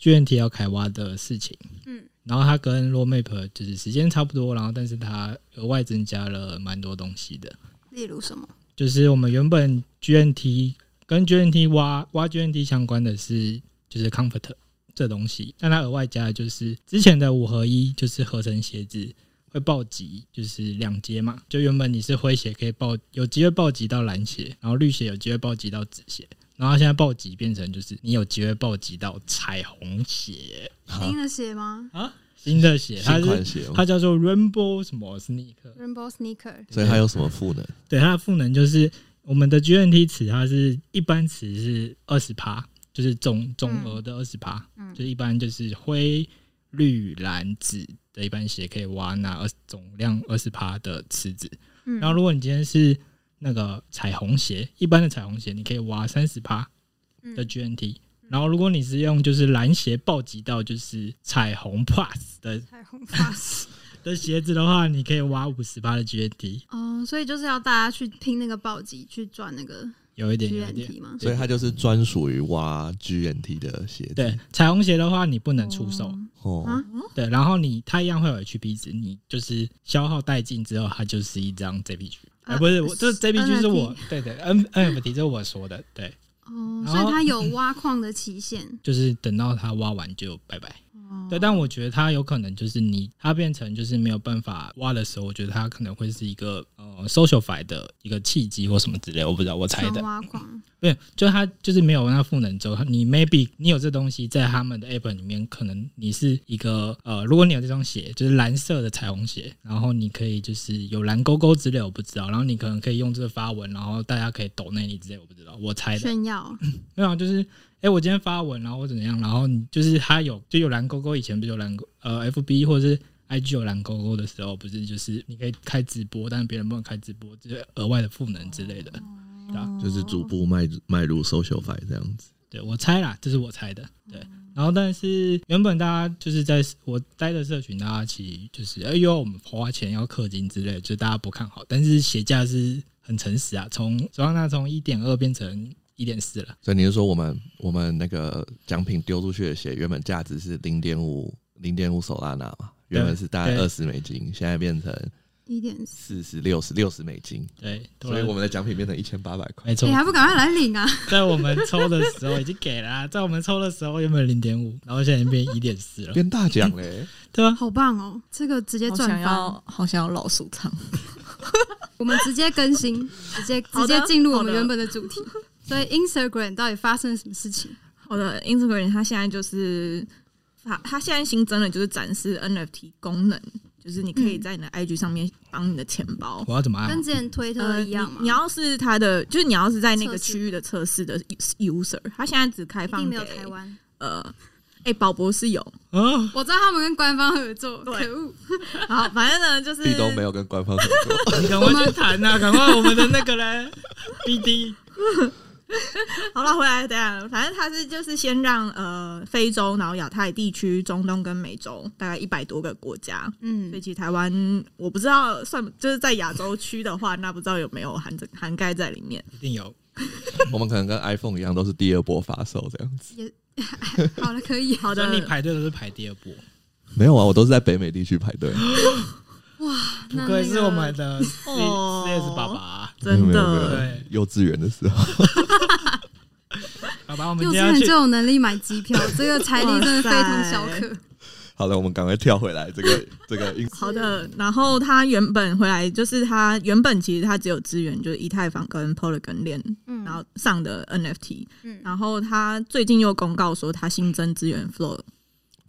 S4: GNT 要开挖的事情。
S2: 嗯，
S4: 然后他跟 Roadmap 就是时间差不多，然后但是他额外增加了蛮多东西的，
S2: 例如什么？
S4: 就是我们原本 GNT 跟 GNT 挖挖 GNT 相关的是就是 Comfort 这东西，但它额外加的就是之前的五合一就是合成鞋子。会暴击，就是两阶嘛。就原本你是灰鞋可以暴，有机会暴击到蓝鞋，然后绿鞋有机会暴击到紫鞋，然后它现在暴击变成就是你有机会暴击到彩虹鞋，
S1: 啊
S2: 新的鞋吗
S4: 新的鞋，它
S1: 新
S4: 是
S1: 款鞋吗，
S4: 它叫做 Rainbow 什么 Sneak，
S2: ？Rainbow Sneaker，
S1: 所以它有什么赋能？
S4: 对它的赋能就是我们的 GNT 词，它是一般词是二十趴，就是总总额的二十趴，
S2: 嗯
S4: 就一般就是灰绿蓝紫的一般鞋可以挖那二总量二十趴的池子。
S7: 嗯
S4: 然后如果你今天是那个彩虹鞋，一般的彩虹鞋你可以挖三十趴的 GNT。然后如果你是用就是蓝鞋暴击到就是彩虹 Plus 的
S2: 彩虹 plus
S4: 的鞋子的话，你可以挖五十趴的 GNT，
S2: <laughs> 哦，所以就是要大家去拼那个暴击，去赚那个
S4: 有一点有一点。
S2: GNT 吗？
S1: 所以它就是专属于挖 GNT 的鞋子。
S4: 对，彩虹鞋的话你不能出售，
S1: 哦，
S2: 啊
S4: 对，然后你它一样会有 HP 值，你就是消耗殆尽之后，它就是一张 JPG，哎、
S2: 啊
S4: 不是，我这 JPG 是
S2: NFT
S4: 我对对 N NFT 是我说的，对，
S2: 哦，
S4: 然后
S2: 所以它有挖矿的期
S4: <laughs>
S2: 限。
S4: 就是等到它挖完就拜拜。对，但我觉得它有可能就是你，它变成就是没有办法挖的时候，我觉得它可能会是一个呃 socialify 的一个契机或什么之类，我不知道，我猜
S2: 双
S4: 的。
S2: 挖矿，
S4: 对，就它就是没有那赋能之后，你 maybe 你有这东西在他们的 app 里面，可能你是一个呃，如果你有这双鞋，就是蓝色的彩虹鞋，然后你可以就是有蓝勾勾之类，我不知道，然后你可能可以用这个发文，然后大家可以抖内你之类，我不知道，我猜的。
S2: 炫耀，
S4: 没有啊，就是哎、诶我今天发文，然后我怎样，然后你就是它有就有蓝勾勾，以前不是有蓝勾呃 FB 或者是 IG 有蓝勾勾的时候，不是就是你可以开直播，但是别人不能开直播，就是额外的赋能之类的。
S1: 就是逐
S7: 哦
S1: 步迈入迈入 social f i 这样子。
S4: 对我猜啦，这是我猜的。对，
S7: 哦
S4: 然后但是原本大家就是在我待的社群，大家其实就是哎呦，我们花钱要氪金之类的，就大家不看好。但是鞋价是很诚实啊，从手上那从一点二变成一点四了，
S1: 所以你是说我们我们那个奖品丢出去的鞋，原本价值是零点五零点五手拉拿嘛？
S4: 对
S1: 原本是大概
S4: 对
S1: 二十美金，现在变成
S2: 一点
S1: 四
S2: 四，
S1: 十六十六十美金，
S4: 对，多
S1: 所
S4: 了
S1: 以我们的奖品变成一千八百块。
S4: 没错
S7: 哎
S2: 你，哎还不赶快来领啊？ <laughs>
S4: 在我们抽的时候已经给了、啊，在我们抽的时候原本零点五，然后现在已经变一点四了，
S1: 变大奖
S7: <laughs>
S1: 嘞！
S4: 对吧、
S2: 好棒哦，这个直接
S7: 好
S2: 赚
S7: 想
S2: 翻，
S7: 要，好想要老鼠仓。
S2: 我们直接更新，
S4: <laughs>
S2: 直接直
S7: 好
S2: 接
S7: 的
S2: 进入我
S7: 好
S2: 们
S7: 的
S2: 原本的主题。所以 Instagram 到底发生了什么事情？
S7: 我的 Instagram 它现在就是它它现在新增了就是展示 NFT 功能，就是你可
S2: 嗯
S7: 以在你的 IG 上面绑你的钱包。
S4: 我要怎么按
S2: 跟？之前推特
S7: 呃，
S2: 一
S7: 你
S2: 样吗？
S7: 你要是它的，就是你要是在那
S2: 测
S7: 个
S2: 试
S7: 区域的测试的 user，它现在只开
S2: 一定
S7: 放
S2: 没
S7: 给
S2: 有台湾，
S7: 呃，哎、宝博是有，
S4: 啊，
S2: 我知道他们跟官方合作，可
S7: 对
S2: 恶！
S7: 好，反正呢就是
S1: 壁咚没有跟官方合作，
S4: 你赶快去谈呐、啊，赶快我们的那个嘞 <laughs> BD
S7: 好了，回来等一下，反正他是就是先让呃非洲，然后亚太地区、中东跟美洲大概一百多个国家，
S2: 嗯
S7: 所以，其实台湾我不知道算就是在亚洲区的话，那不知道有没有含着涵盖在里面。
S4: 一定有。
S1: <laughs> 我们可能跟 iPhone 一样，都是第二波发售这样子。
S2: 好了，可以。
S7: 好
S4: 所
S7: 的，
S4: 以你排队都是排第二波，
S1: 没有啊，我都是在北美地区排队。
S4: 不愧是我们
S2: <laughs>
S4: 的 C
S7: 哦
S4: CS 爸啊爸，
S7: 真
S1: 没有没有没有
S7: 的
S4: 对，
S1: 幼稚园的时候， <laughs>
S4: 爸爸，我们
S2: 幼
S4: 今
S2: 稚
S4: 天要
S2: 园
S4: 去
S2: 就有能力买机 <laughs> 票，这个财力真的非同小可。
S1: 好了，我们赶快跳回来这个这个 ins-
S7: 好的。然后他原本回来就是他原本其实他只有资源就是以太坊跟 Polygon 链，
S2: 嗯
S7: 然后上的 NFT，
S2: 嗯
S7: 然后他最近又公告说他新增资源 Flow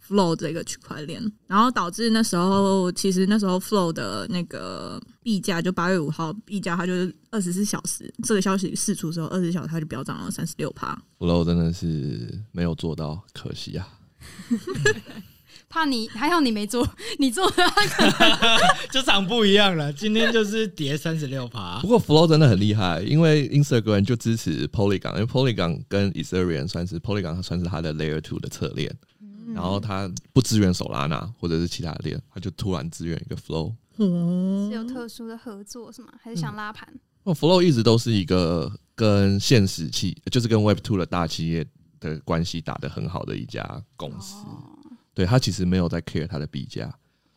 S7: Flow 这个区块链，然后导致那时候其实那时候 Flow 的那个币价就八月五号币价，它就是二十四小时这个消息释出之后，二十四小时它就飙涨了三十六趴。
S1: flow 真的是没有做到，可惜啊。
S2: 怕你还好你没做，你做了
S4: 就场不一样了，今天就是叠三十六趴
S1: 不，过 flow 真的很厉害，因为 Instagram 就支持 Polygon，因为 Polygon 跟 Ethereum 算是 Polygon 它算是它的 Layer Two 的侧链，嗯
S2: 嗯
S1: 然后它不支援 Solana 或者是其他的链，它就突然支援一个 flow。
S7: 哦
S2: 是有特殊的合作是吗？还是想拉盘？
S1: 哦，Flow 一直都是一个跟现实企，就是跟 Web Two 的大企业的关系打得很好的一家公司。
S2: 哦
S1: 对他其实没有在 care 他的币价，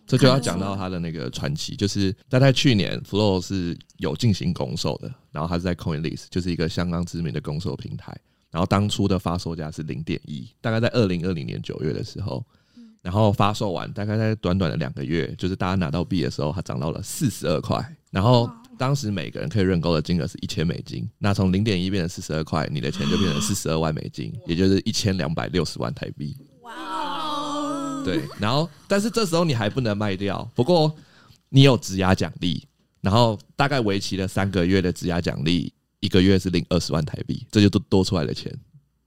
S1: 这就要讲到他的那个传奇，就是在他去年 Flow 是有进行拱手的，然后他是在 CoinList，就是一个相当知名的拱手平台。然后当初的发售价是零点一，大概在二零二零年九月的时候，然后发售完，大概在短短的两个月，就是大家拿到币的时候，它涨到了四十二块。然后当时每个人可以认购的金额是一千美金，那从零点一变成四十二块，你的钱就变成四十二万美金，也就是一千两百六十万台币。
S2: 哦
S1: 哇！对，然后但是这时候你还不能卖掉，不过你有质押奖励，然后大概为期了三个月的质押奖励，一个月是领二十万台币，这就多多出来的钱。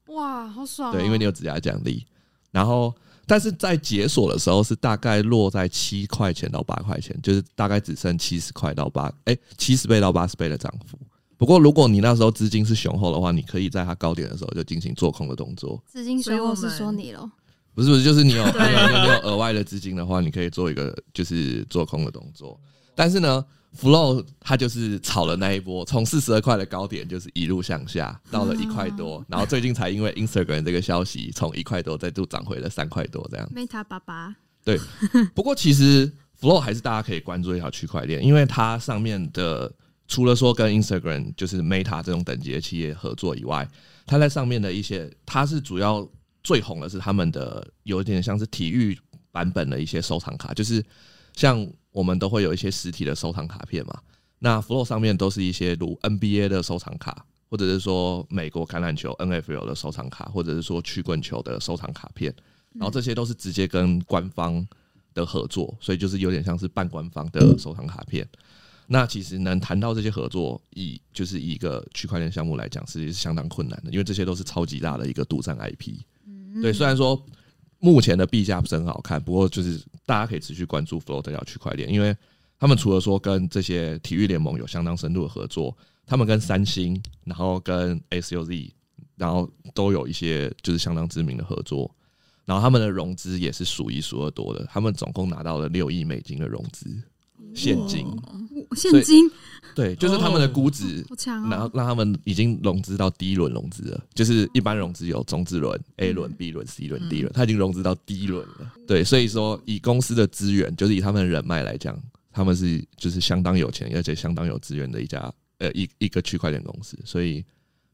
S2: 哇，好爽哦！
S1: 对，因为你有质押奖励。然后但是在解锁的时候是大概落在七块钱到八块钱，就是大概只剩七十块到八，哎，七十倍到八十倍的涨幅。不过如果你那时候资金是雄厚的话，你可以在它高点的时候就进行做空的动作。
S2: 资金
S7: 所以
S2: 雄厚
S7: 我
S2: 是
S7: 们
S2: 说你喽，
S1: 不是不是，就是你有你有
S7: 对
S1: <laughs> 你有额外的资金的话，你可以做一个就是做空的动作。但是呢，flow 它就是炒了那一波，从四十二块的高点就是一路向下，到了一块多，然后最近才因为 Instagram 这个消息，从一块多再度涨回了三块多这样。
S7: Meta 爸爸，
S1: 不过其实 Flow 还是大家可以关注一条区块链，因为它上面的除了说跟 Instagram 就是 Meta 这种等级的企业合作以外，它在上面的一些，它是主要最红的是他们的有一点像是体育版本的一些收藏卡，就是像我们都会有一些实体的收藏卡片嘛，那 Flow 上面都是一些如 NBA 的收藏卡。或者是说美国橄榄球 NFL 的收藏卡，或者是说曲棍球的收藏卡片，然后这些都是直接跟官方的合作，所以就是有点像是半官方的收藏卡片。那其实能谈到这些合作，以就是以一个区块链项目来讲，其实是相当困难的，因为这些都是超级大的一个独占 IP。对，虽然说目前的币价不是很好看，不过就是大家可以持续关注 Flow 这条区块链，因为他们除了说跟这些体育联盟有相当深度的合作，他们跟三星，然后跟 SUZ，然后都有一些就是相当知名的合作。然后他们的融资也是数一数二多的，他们总共拿到了六亿美金的融资，现金。
S2: 现金
S1: 对，就是他们的估值，
S2: 好强
S1: 然
S2: 哦，
S1: 后让他们已经融资到第一轮融资了，就是一般融资有中资轮、A 轮、B 轮、C 轮、D 轮，他已经融资到第一轮了。对，所以说以公司的资源，就是以他们的人脉来讲，他们是就是相当有钱，而且相当有资源的一家呃一一个区块链公司，所以。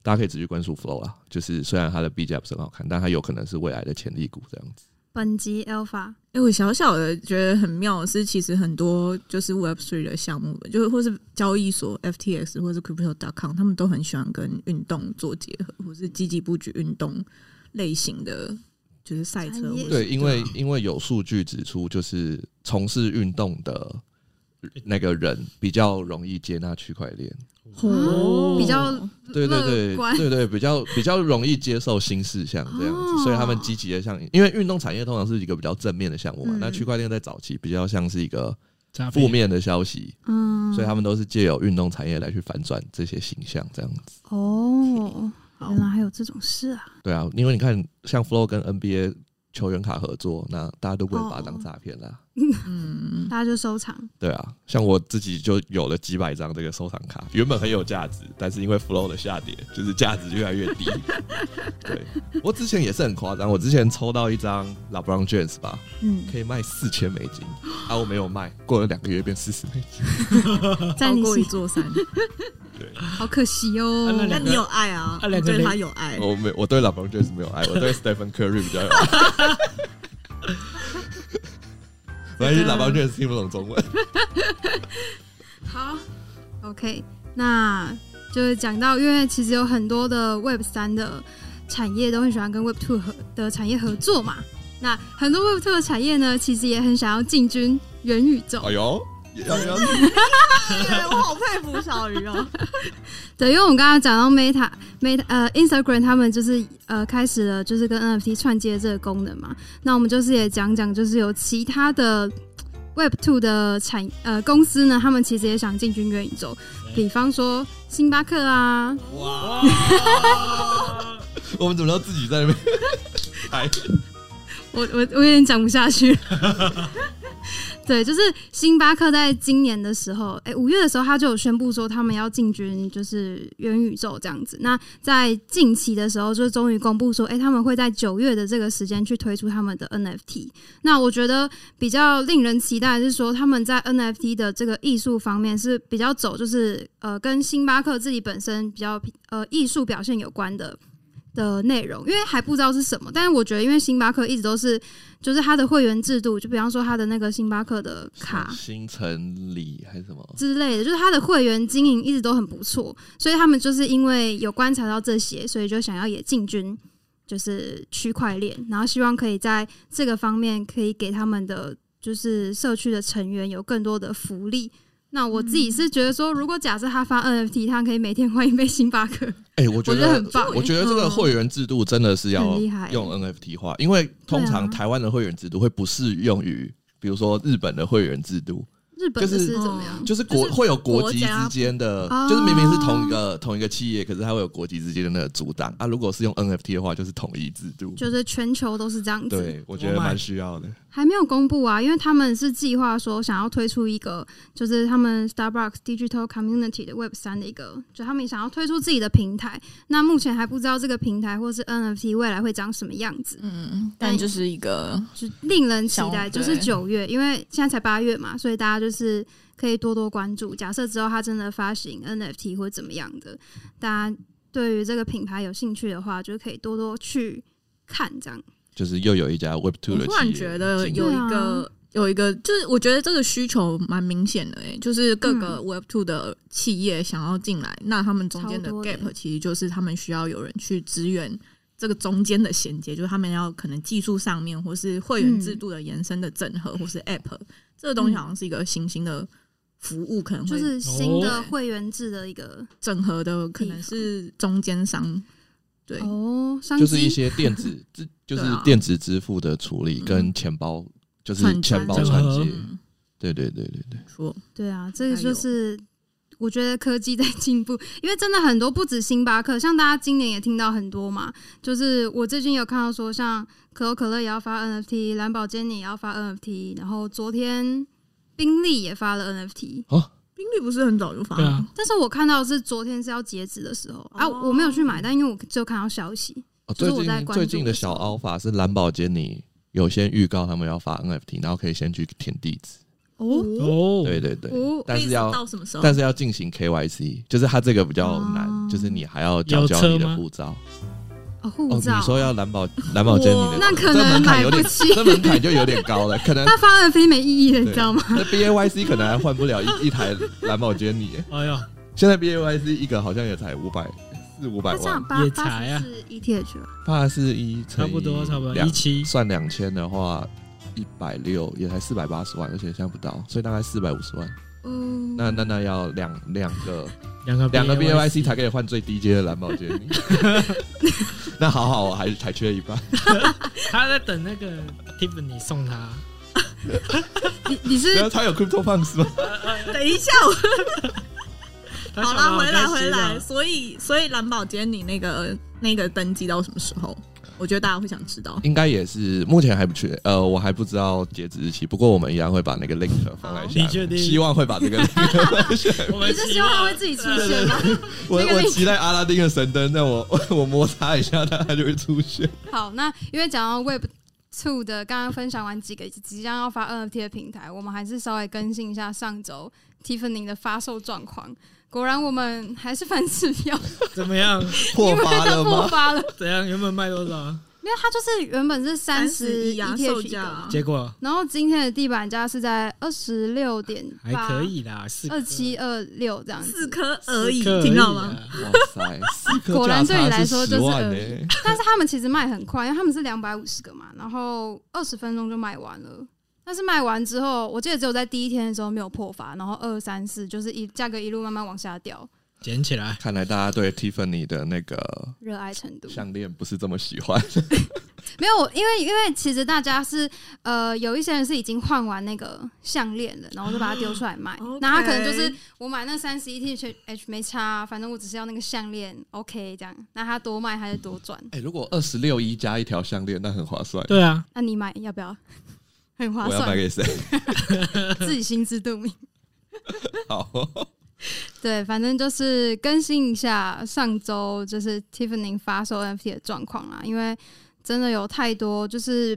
S1: 大家可以持续关注 Flow 啦，就是虽然它的币价不是很好看，但它有可能是未来的潜力股这样子。
S2: 本集 Alpha
S7: 哎、我小小的觉得很妙的是，其实很多就是 Web Three 的项目，就是或是交易所 FTX 或是 Crypto.com，他们都很喜欢跟运动做结合，或是积极布局运动类型的，就是赛车
S2: 产
S7: 或
S2: 业
S7: 是。
S1: 对，因为
S2: 啊
S1: 因为有数据指出，就是从事运动的那个人比较容易接纳区块链。
S7: 哦
S2: 比较
S1: 对对
S2: <laughs> 乐
S1: 对
S2: 观
S1: 对对，比较比较容易接受新事项这样子，
S2: 哦
S1: 所以他们积极的像，因为运动产业通常是一个比较正面的项目嘛，
S7: 嗯
S1: 那区块链在早期比较像是一个
S4: 诈
S1: <laughs>
S4: 骗
S1: 负面的消息，
S2: 嗯，
S1: 所以他们都是借由运动产业来去反转这些形象这样子。
S2: 哦，
S1: <laughs>
S7: 好
S2: 原来还有这种事啊，
S1: 对啊，因为你看像 Flow 跟 NBA 球员卡合作，那大家都不会把它
S2: 哦
S1: 当诈骗啦。
S7: 嗯，
S2: 大家就收藏，
S1: 对啊，像我自己就有了几百张这个收藏卡，原本很有价值，但是因为 flow 的下跌，就是价值越来越低。 <laughs> 对，我之前也是很夸张，我之前抽到一张 LeBron James 吧，
S7: 嗯，
S1: 可以卖四千美金，啊，我没有卖，过了两个月变四十美 <laughs> 金。
S2: 在
S7: 超
S2: 你
S7: 过一
S2: 心，
S7: 座山，
S2: 好可惜
S4: 啊那
S2: 哦。
S7: 但
S4: 两
S7: 你有
S4: 个
S7: 爱啊，
S4: 啊
S7: 你
S4: 两个
S7: 对
S4: 人
S7: 他有
S2: <laughs>
S7: 爱，
S1: 我没，我对 LeBron James 没有爱，我对 Stephen Curry 比较有 <laughs> 爱。反正 LeBron James 听不懂中文，
S2: 好，OK，那就是讲到，因为其实有很多的 Web 三的产业都很喜欢跟 Web two 合的产业合作嘛。那很多 Web two 的产业呢，其实也很想要进军元宇宙。
S1: 哎呦，要要
S7: 对我好佩服小鱼哦，
S2: 对，因为我们刚刚讲到 Meta、Meta 呃 Instagram 他们就是呃开始了就是跟 NFT 串接这个功能嘛，那我们就是也讲讲就是有其他的 Web Two 的产呃公司呢，他们其实也想进军元宇宙，比方说星巴克啊，
S4: 哇，
S1: <laughs> 我们怎么要自己在那边拍？
S2: 我我我有点讲不下去了。 <laughs> 对，就是星巴克在今年的时候，哎，五月的时候，他就有宣布说他们要进军就是元宇宙这样子。那在近期的时候，就终于公布说，哎，他们会在九月的这个时间去推出他们的 NFT。那我觉得比较令人期待的是说，他们在 NFT 的这个艺术方面是比较走，就是呃，跟星巴克自己本身比较呃艺术表现有关的的内容，因为还不知道是什么。但是我觉得，因为星巴克一直都是，就是它的会员制度，就比方说它的那个星巴克的卡
S1: 新城里还是什么？
S2: 之类的，就是它的会员经营一直都很不错，所以他们就是因为有观察到这些，所以就想要也进军就是区块链，然后希望可以在这个方面可以给他们的就是社区的成员有更多的福利。那我自己是觉得说，如果假设他发
S1: 嗯
S2: NFT，他可以每天换一杯星巴克，
S1: 哎、我觉
S2: 我觉得
S1: 得
S2: 很棒哎
S1: 我觉得这个会员制度真的是要
S2: 很厉害
S1: 用 NFT 化，因为通常
S2: 对啊
S1: 台湾的会员制度会不适用于，比如说日本的会员制度，
S2: 日本的
S1: 就是嗯
S2: <laughs> 是怎么样？
S1: 就是国会有国籍
S7: 国家
S1: 之间的
S2: 哦，
S1: 就是明明是同一个同一个企业，可是它会有国籍之间的那个阻挡啊。如果是用 NFT 的话，就是统一制度。
S2: 就是全球都是这样子，
S1: 对，我觉得蛮需要的。
S2: 还没有公布啊，因为他们是计划说想要推出一个，就是他们 Starbucks Digital Community 的 Web 三的一个，就他们也想要推出自己的平台。那目前还不知道这个平台或是 NFT 未来会长什么样子，
S6: 嗯，但就是一个
S2: 就令人期待。
S6: 小
S2: 就是
S6: 对
S2: 九月，因为现在才八月嘛，所以大家就是可以多多关注。假设之后它真的发行 NFT 或怎么样的，大家对于这个品牌有兴趣的话，就可以多多去看这样。
S1: 就是又有一家 Web Two
S7: 我
S1: 的企业进入，
S7: 突然觉得有一
S2: 对啊
S7: 个有一个，就是我觉得这个需求蛮明显的、欸，就是各个
S2: 嗯
S7: Web Two 的企业想要进来，那他们中间的
S2: 超多的
S7: gap 其实就是他们需要有人去支援。这个中间的衔接，就是他们要可能技术上面，或是会员制度的延伸的整
S2: 嗯
S7: 合，或是 App 这个东西，好像是一个新兴的服务，可能
S2: 就
S7: 会
S1: 哎
S2: 是新的
S4: 哦
S2: 会员制的一个
S7: 整合的，可能是中间商。对，
S2: 哦，商
S1: 就是一
S2: 机。
S1: 些电子支，就是
S7: 对啊
S1: 电子支付的处理跟钱包，就是
S7: 串
S1: 钱包
S4: 整
S1: 串
S4: 合
S1: 接。
S7: 嗯，
S1: 对对对对对，
S7: 错，
S2: 对啊，这个
S7: 还
S2: 就
S7: 有
S2: 是我觉得科技在 <laughs> 进步，因为真的很多不止星巴克，像大家今年也听到很多嘛，就是我最近有看到说，像可口可乐也要发 NFT，蓝宝坚尼也要发 NFT，然后昨天宾利也发了 NFT。
S7: 宾利不是很早就发
S4: 对
S7: 了
S4: 啊
S7: 吗，，
S2: 但是我看到是昨天是要截止的时候啊，
S7: 哦
S2: 我没有去买，但因为我就看到消息，
S1: 哦，
S2: 就
S1: 最
S2: 是我在
S1: 近
S2: 关注
S1: 最近的
S2: 的时
S1: 小
S2: 候
S1: Alpha 是蓝宝坚尼有先预告他们要发 NFT，然后可以先去填地址。
S2: 哦
S4: 哦，
S1: 对对对
S2: 哦，
S1: 但是
S7: 可以
S1: 要
S7: 到什么时候？
S1: 但是要进行 KYC，就是它这个比较难，
S2: 哦
S1: 就是你还要缴交你的护照。
S2: 哦，
S1: 哦，
S2: 护照，
S1: 你说要蓝宝蓝宝坚尼的，
S2: 那可
S1: 这门槛
S2: 能买
S1: 有
S2: 不
S1: 点，
S2: 起，
S1: 这门槛就有点高了，可能
S2: <laughs> 那发 NFT 没意义了，你
S1: 对
S2: 知道吗？
S1: 那 BAYC 可能还换不了一一台蓝宝坚尼。
S4: 哎呀，
S1: 现在 BAYC 一个好像也才五百四五百
S2: 那这样
S1: 万，
S2: 八
S4: 也
S2: 八
S4: 才
S2: 十
S4: 啊
S2: 是 ETH 吧？
S1: 八四一
S4: 差不多差不多
S1: 两
S4: 一七，
S1: 算两千的话。一百六也才四百八十万，而且现在不到，所以大概四百五十万。
S2: 嗯，
S1: 那那那要两两 <laughs> 个
S4: 两个
S1: 两个 B A Y
S4: BAYC
S1: C 才可以换最低阶的蓝宝坚 <laughs> 尼。那好好，我还还缺一 <laughs> 半。
S4: 他在等那个 Tiffany 送他，
S2: 你你是
S1: 然后啊他有 Crypto Punks 吗？
S7: 等一下，
S4: 他
S7: 好
S1: 啊
S4: 想得
S7: 啦，回来
S4: 开心
S7: 回来。
S4: 哦
S7: 所以所以蓝宝坚尼那个那个登记到什么时候？我觉得大家会想知道。
S1: 应该也是，目前还不确，呃，我还不知道截止日期。不过我们一样会把那个 link 放在下面，
S4: <laughs> 你确定
S1: 希望会把 <laughs> 这个 link。
S4: 啊我们
S2: 你是
S4: 希
S2: 希望它
S4: 望
S2: 会自己出现吗？
S1: 我
S2: 这个 link
S1: 我期待阿拉丁的神灯，让我 <laughs> 我摩擦一下，它它就会出现。
S2: <laughs> 好，那因为讲到 Web Two 的，刚刚分享完几个即将要发 NFT 的平台，我们还是稍微更新一下上周 Tiffany 的发售状况。果然，我们还是反指标， <laughs>
S4: 怎么样？
S1: 破
S2: 因为
S1: 发
S4: 啊
S2: 它
S1: 了
S2: 破
S1: 吗？
S2: 发了。
S4: 怎样？原本卖多少？
S2: 没有，它就是原本是三十
S7: 31啊售
S2: ETH
S7: 价
S2: 的，
S7: 啊
S4: 结果
S2: 然后今天的地板价是在二十六点
S4: 还
S2: 八，
S4: 可以啦，四颗
S2: 二七二六这样
S7: 四
S2: 子。
S7: 颗而已，
S4: 四颗而已
S7: 听到吗？
S4: 啊？
S1: 哇塞，四颗
S2: <laughs> 果然
S1: 价差
S2: 对你来说就是
S1: 10万
S2: 恶
S1: 欸
S2: 但是他们其实卖很快，因为他们是两百五十个嘛，然后二十分钟就卖完了。但是卖完之后，我记得只有在第一天的时候没有破发，然后二三四就是一价格一路慢慢往下掉，
S4: 捡起来，
S1: <laughs> 看来大家对 Tiffany 的那个
S2: 热爱程度
S1: 项链不是这么喜欢。
S2: 没有，因为因为其实大家是呃有一些人是已经换完那个项链了，然后就把它丢出来卖，
S7: OK
S2: 那他可能就是我买那三十一 T H H 没差，反正我只是要那个项链，OK 这样，那他多卖他就多赚，
S1: <laughs> 哎、如果二十六一加一条项链，那很划算。
S4: 对啊，
S2: 那你买要不要？很划
S1: 我要买
S2: 算，
S1: 给谁？
S2: 自己心知肚明。
S1: <laughs> 好，
S2: 对，反正就是更新一下上周就是 Tiffany 发售 NFT 的状况啦，因为真的有太多就是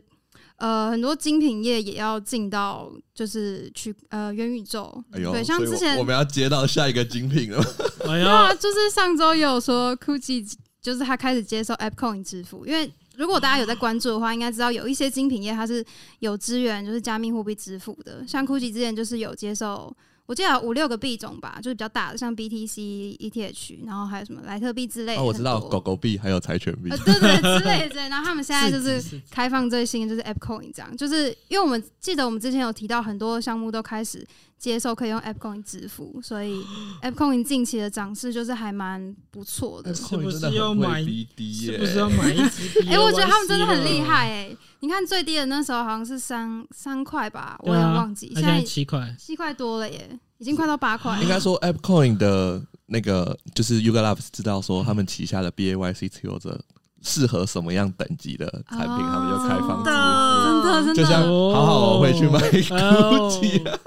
S2: 呃很多精品业也要进到就是去呃元宇宙，
S1: 哎呦，
S2: 对，像
S1: 所以我
S2: 之前
S1: 我们要接到下一个精品了。
S4: 哎
S2: 对啊，
S4: 呦，
S2: 就是上周也有说 Gucci 就是他开始接受 App Coin 支付，因为如果大家有在关注的话，应该知道有一些精品业它是有支援就是加密货币支付的，像 Gucci 之前就是有接受。我记得有五六个币种吧，就是比较大的，像 BTC、ETH，然后 E 还有什么莱特币之类的、
S1: 哦，我知道
S2: 哎很多
S1: 狗狗币还有柴犬币
S2: 呃，，对对对之类的之类的。然后他们现在就是
S4: 是
S2: 开放最新的就是 App Coin 这样，就是因为我们记得我们之前有提到很多项目都开始接受可以用 App Coin 支付，所以
S4: 哦
S2: App Coin 近期的涨势就是还蛮呃不错的。
S4: 是不是要买
S1: 滴滴？
S4: 是不是要买一只 BAYC 了？
S2: <laughs> 哎、我觉得他们真的很厉害哎、你看最低的那时候好像是三三块吧，我
S4: 对
S2: 也
S4: 啊，
S2: 忘记，
S4: 那
S2: 现
S4: 现在
S2: 在 <laughs>
S4: 七块，
S2: 七块多了耶，已经快到八块了。
S1: 应该说 App Coin 的那个就是 Yuga Labs 知道说他们旗下的 BAYC 持有者适合什么样等级的产品，
S2: 哦
S1: 他们就开放支付。
S2: 真的真
S7: 的
S2: 的，
S1: 就像好好我会去买
S4: 哦
S1: Gucci 啊
S2: <laughs>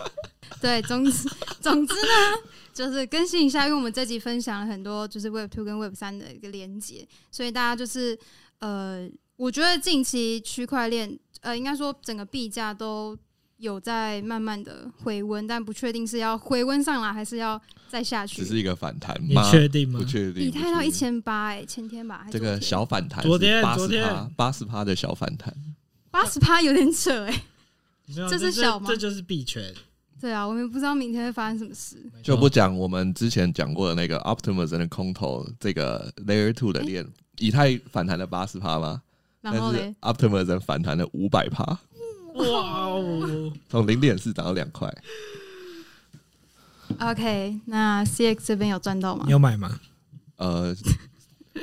S2: 对，总之总之呢，就是更新一下，因为我们这集分享了很多就是 Web Two 跟 Web 三的一个连接，所以大家就是呃，我觉得近期区块链呃，应该说整个币价都有在慢慢的回温，但不确定是要回温上来还是要再下去
S1: 只。是一个反弹
S4: 你
S1: 吗？
S4: 确定吗
S1: 不？确定。
S2: 以太到
S1: 不
S2: 一
S1: 确定
S2: 千八哎，前天吧，还
S1: 这个小反弹，
S4: 昨天
S1: 八
S4: 昨
S1: 十趴
S4: 天，
S1: 八十趴的小反弹，
S2: 八十趴有点扯哎、
S4: 没有
S2: 这是
S4: 这
S2: 小吗
S4: 这就是币圈，
S2: 对啊，我们不知道明天会发生什么事。
S1: 就不讲我们之前讲过的那个 Optimus 的空投这个 Layer Two 的链，以太反弹了八十趴吗？但
S2: 然后
S1: 是
S2: 嘞，
S1: Optimus 的反弹了五百趴，
S4: 哇哦，
S1: 从零点四涨到两块。
S2: OK，那 CX 这边有赚到吗
S4: 你？有买吗？
S1: 呃，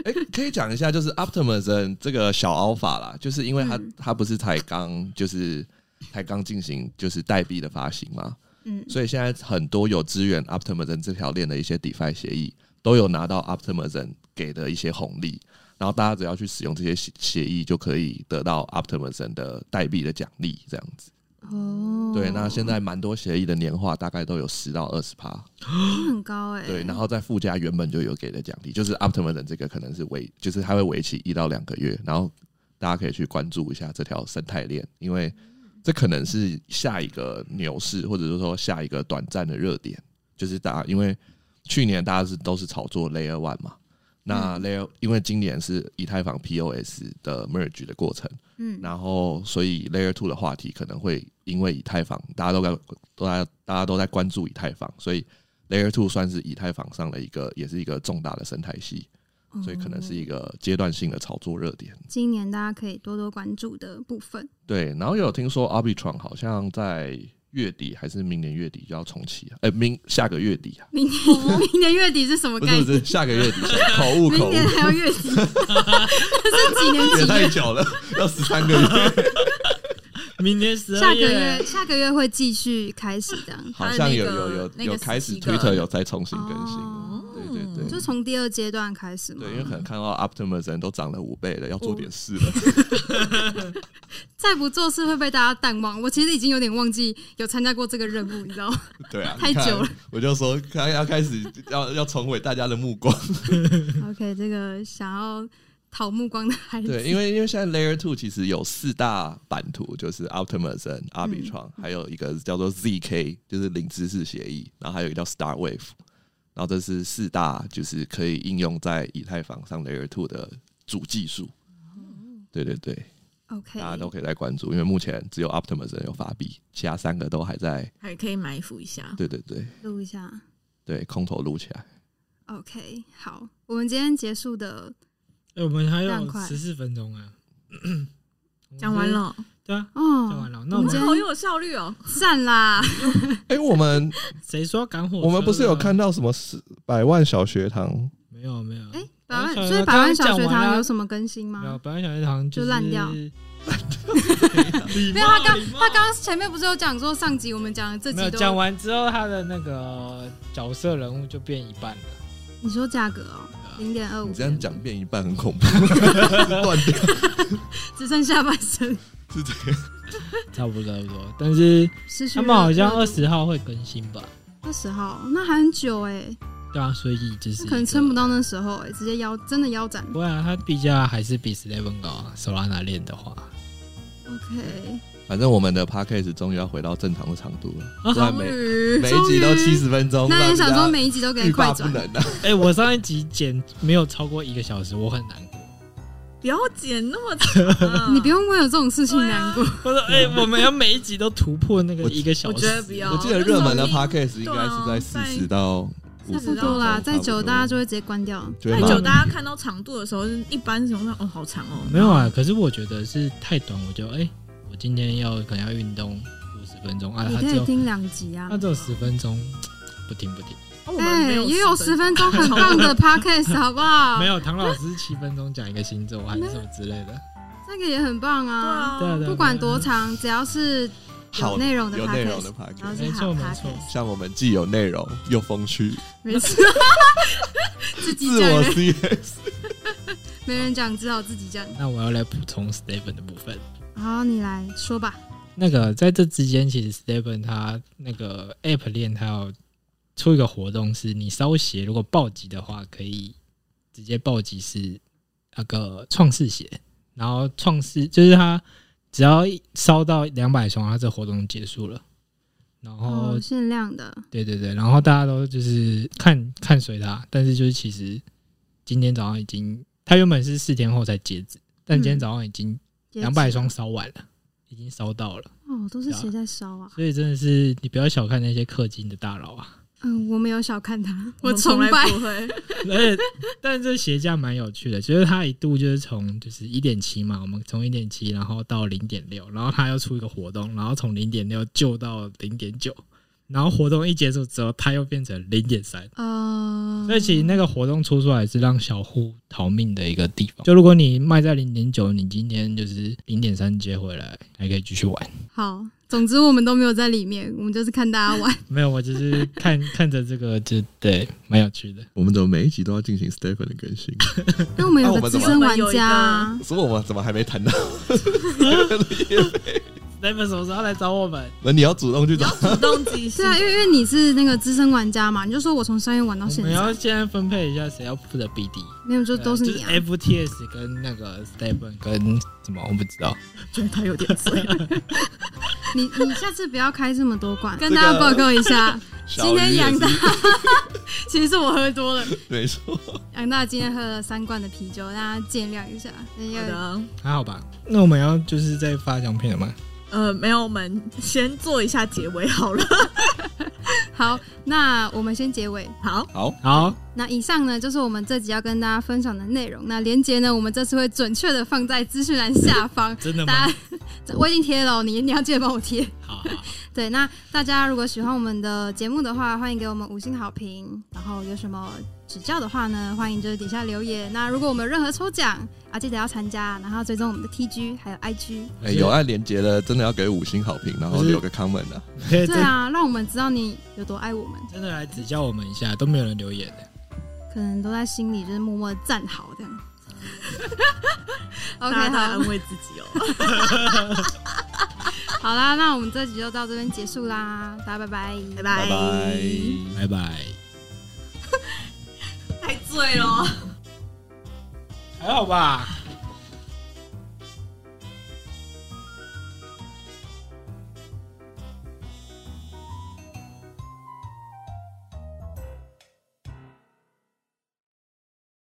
S1: 哎、可以讲一下，就是 Optimism 这个小 Alpha 啦，就是因为
S2: 嗯
S1: 它、它不是才刚就是才刚进行就是代币的发行嘛，
S2: 嗯
S1: 所以现在很多有支援 Optimism 这条链的一些 DeFi 协议，都有拿到 Optimism 给的一些红利。然后大家只要去使用这些协协议，就可以得到 Optimism 的代币的奖励，这样子。
S2: 哦，
S1: 对，那现在蛮多协议的年化大概都有十到二十趴，
S2: 很高哎、
S1: 对，然后再附加原本就有给的奖励，就是 Optimism 这个可能是为，就是它会为期一到两个月，然后大家可以去关注一下这条生态链，因为这可能是下一个牛市，或者是说下一个短暂的热点，就是大家因为去年大家是都是炒作 Layer One 嘛，那 Layer 因为今年是以太坊 POS 的 merge 的过程，
S2: 嗯，
S1: 然后所以 Layer Two 的话题可能会因为以太坊，大家都在都在大家都在关注以太坊，所以 Layer Two 算是以太坊上的一个，也是一个重大的生态系，所以可能是一个阶段性的炒作热点。
S2: 今年大家可以多多关注的部分。
S1: 对，然后有听说 Arbitron 好像在月底还是明年月底就要重启啊？哎、明下个月底啊？
S2: 明
S4: 哦
S2: 年 <laughs> 明年月底是什么
S1: 不
S2: 概
S1: 是
S2: 念
S1: 不？是，下个月底，口误口误，
S2: 明年还要月
S1: <laughs>
S2: 底？这是几年
S1: 也
S2: 几
S1: 太
S2: 月？
S1: 久了，要十三个月，
S4: 明年十
S2: 下
S4: 二
S2: 个月下个月会继续开始这样，
S1: 好像有
S7: 还有那
S1: 有
S7: 个
S1: 有
S7: 那个
S1: 有开始
S7: 十七个
S1: Twitter 有在重新更新了，
S2: 哦
S1: 对对对，
S2: 就从第二阶段开始嘛
S1: 对，。因为可能看到 Optimism 都涨了五倍了，要做点事了。 <laughs>
S2: 再不做事会被大家淡忘。我其实已经有点忘记有参加过这个任务，你知道
S4: <laughs>
S2: 吗？
S1: 对啊，
S2: 太
S1: 你看
S2: 久了，
S1: 我就说他要开始要要重回大家的目光。
S2: OK，这个想要讨目光的孩
S1: <laughs>
S2: 子，
S1: 对，因为因为现在 Layer Two 其实有四大版图，就是 Optimism、阿比创，还有一个叫做 ZK，就是零知识协议，然后还有一个叫 Star Wave，然后这是四大就是可以应用在以太坊上 Layer Two 的主技术。对对哦对，
S2: OK，
S1: 大家都可以来关注，因为目前只有 Optimism 有发币，其他三个都还在。
S7: 还可以埋伏一下。
S1: 对对对
S2: 录一下。
S1: 对，空头撸起来。
S2: OK，好，我们今天结束的
S4: 哎，我们还有
S2: 浪快
S4: 十四分
S2: <coughs>
S4: 钟啊，
S7: 讲完，了，
S4: 对啊，讲
S2: 哦
S4: 完，了。那
S2: 我
S1: 嗯
S2: 们
S4: 我们
S2: 今
S7: 好
S2: 天
S7: 有效率哦！
S2: 散啦。
S1: <laughs> 哎、我们
S4: 谁说赶火车的
S1: <laughs>
S4: 啊？
S1: 我们不是有看到什么十百万小学堂？
S4: 没有没有，
S1: 嗯
S2: 哎、百
S4: 百万
S2: 万，
S4: 小学
S2: 所以百万小学
S4: 刚刚讲完
S2: 堂
S4: 啦
S2: 有什么更新
S4: 没有，
S2: 吗？
S4: 本来小学堂
S2: 就是烂
S4: <laughs>
S2: 掉
S4: 礼
S2: 没有，他
S4: 貌
S2: 刚
S4: 礼貌
S2: 他刚前面不是有讲说上集我们讲的这
S4: 没有
S2: 集
S4: 讲
S2: 都，
S4: 完之后，他的那个角色人物就变一半了。
S2: 你说价格哦、零点二五，
S1: 你这样讲变一半很恐怖， <laughs> 断掉
S2: 只剩下半身，
S1: 是这样。
S4: 差不多差不多，但是
S2: 失去
S4: 他们好像
S2: 热
S4: 二十号会更新吧？
S2: 二十号，那还很久哎、
S4: 对啊，所以就是
S2: 可能撑不到那时候哎、直接腰真的腰斩。
S4: 不会啊，它币价还是比 Seven 高啊。Solana 链的话，
S2: OK，
S1: 反正我们的 podcast 终于要回到正常的长度了，不然每
S2: 于
S1: 每一集都
S2: 啊嗯终于
S1: 七十分啊钟，
S2: 那
S1: 让
S2: 也想
S1: 大家
S2: 说每一集都给
S1: 欲
S2: 快
S1: 罢不
S2: 转，，
S1: 能啊！
S4: 哎、我上一集剪没有超过一个小时，我很难过。
S7: 不要剪那么长啊
S2: <laughs> 你不用为了这种事情
S7: 对啊
S2: 难过。
S4: 我说，
S2: <laughs>
S4: 哎、我们要每一集都突破那个
S1: 我
S4: 一个小
S7: 我
S4: 时。
S7: 觉得不
S2: 啊
S7: 要。
S1: 我记得热门的
S7: 那时候
S1: podcast 应该
S7: 啊
S1: 是在四十到啊五
S2: 差
S1: 十
S2: 不
S1: 分钟，
S2: 多啦，
S1: 差
S2: 再
S1: 不
S2: 久
S1: 多
S2: 大家就会直接关掉。
S1: 就
S7: 太
S1: 会
S7: 久，
S1: 慢慢
S7: 大家看到长度的时候，就是一般情况下哦，好长哦。
S4: 啊没有啊，可是我觉得是太短，我就哎、我今天要可能要运动，五十分钟啊，
S2: 你
S4: 它
S2: 可
S4: 只
S2: 以
S4: 有
S2: 听两集啊哎
S4: 它。只有十分钟，不听不听，
S7: 哦我们没有
S2: 也有十
S7: 10
S2: 分钟很棒
S4: <laughs>
S2: 的 podcast，好不好？
S4: 没有唐老师七分钟讲一个星座还是什么之类的，
S2: 这个也很棒
S7: 对
S2: 啊，
S7: 啊，
S4: 对啊对啊，
S2: 不管多长，只要是有
S1: 好
S2: 内容的
S1: 有内容的
S2: podcast，然后
S1: podcast，
S2: 是
S4: 没
S2: 好
S4: 哎错
S2: p
S4: 没
S2: o d
S4: 错
S2: c，
S1: 像我们既有内容又风趣，
S2: 没事， <laughs> 自己
S1: 自
S2: 讲
S1: 我
S2: 人，
S1: CS。
S2: 没人讲，只好自己讲。
S4: 那我要来补充 Steven 的部分。
S2: 好，你来说吧。
S4: 那个在这之间，其实 Steven 他那个 App 链，它有出一个活动，是你烧鞋如果暴击的话，可以直接暴击是那个创世鞋，然后创世就是它只要一烧到两百双，它这活动结束了。然后
S2: 哦，限量的，
S4: 对对对，然后大家都就是看看随他，但是就是其实今天早上已经，他原本是四天后才截止，但今天
S2: 嗯
S4: 早上已经
S2: 也
S4: 两百
S2: 只
S4: 双烧完了，已经烧到了。
S2: 哦，都是谁在烧啊？
S4: 所以真的是你不要小看那些氪金的大佬啊！
S2: 嗯，我没有小看他，我
S7: 们从
S2: 崇
S7: 来 <laughs>
S2: 拜。
S7: 不会。
S4: 而且，但这鞋价蛮有趣的，就是它一度就是从就是一点七嘛，我们从一点七，然后到零点六，然后它又出一个活动，然后从零点六救到零点九，然后活动一结束之后，它又变成零点三。
S2: 呃，
S4: 所以其实那个活动出出来是让小户逃命的一个地方。就如果你卖在零点九，你今天就是零点三接回来，还可以继续玩。 <laughs>
S2: 好，总之我们都没有在里面，我们就是看大家玩。
S4: <laughs> 没有，我只是看看着这个，就对，蛮有趣的。
S1: <laughs> 我们怎么每一集都要进行 Stephen 的更
S2: <laughs>
S1: 新？
S2: 因为我们
S1: 那
S2: 有
S1: 我
S2: 个
S1: 们怎
S2: 资
S1: 么
S2: 深玩家啊，
S1: 所以我们怎么还没谈
S2: <laughs>
S1: 到？ <laughs>
S4: 那你们什么时候来找我们？
S1: 那你要主动
S7: <laughs>
S1: 去找。
S7: 主动积极
S2: 对啊，因为因为你是那个资深玩家嘛，你就说我从三月玩到
S4: 我
S2: 现
S4: 们
S2: 在，
S4: 要现在分配一下谁要负责 BD，
S2: 没有就都是
S4: 就
S2: 你
S4: 是
S2: 啊。
S4: FTS 跟那个 Steven 跟什么我不知道，
S7: 觉得他有点醉。 <laughs>
S2: 你你下次不要开这么多罐，跟
S1: 这个
S2: 大家报告一下，
S1: 小
S2: 今
S1: 鱼
S2: 天
S1: 也
S2: 养
S1: 是 <laughs>
S2: 大，其实是我喝多了，
S1: 没错，
S2: 养大哎今天喝了三罐的啤酒，大家见谅一下。那
S7: 好
S2: 个
S7: 的，
S4: 还好吧？那我们要就是在发奖品了吗？
S7: 呃，没有，我们先做一下结尾好了。
S2: 好，那我们先结尾。
S7: 好，
S4: 好，。
S2: 那以上呢，就是我们这集要跟大家分享的内容。那连接呢，我们这次会准确的放在资讯栏下方
S7: <laughs>
S4: 真的
S2: 大
S4: 吗
S2: 家？， <laughs> 我已经贴了哦，你你要记得帮我贴。
S4: 好好， <laughs>
S2: 对，那大家如果喜欢我们的节目的话，欢迎给我们五星好评。然后有什么指教的话呢，欢迎就是底下留言。那如果我们有任何抽奖啊，记得要参加，然后追踪我们的 TG 还有 IG。
S1: 哎有按连接的，真的要给五星好评，然后
S4: 不是
S1: 留个 comment 啊。
S4: 可
S2: 对
S4: 以真
S2: 啊，让我们知道你有多爱我们，
S4: 真的来指教我们一下，都没有人留言的。
S2: 可能都在心里就是默默地赞好这样。
S7: 大
S2: OK，
S7: 家都在
S2: 好
S7: 安，慰自 <laughs> 己哦。
S2: 好啦，那我们这集就到这边结束啦，大家拜拜，
S7: 拜
S1: 拜拜。
S4: 拜拜。
S7: 太醉了。
S4: 还好吧？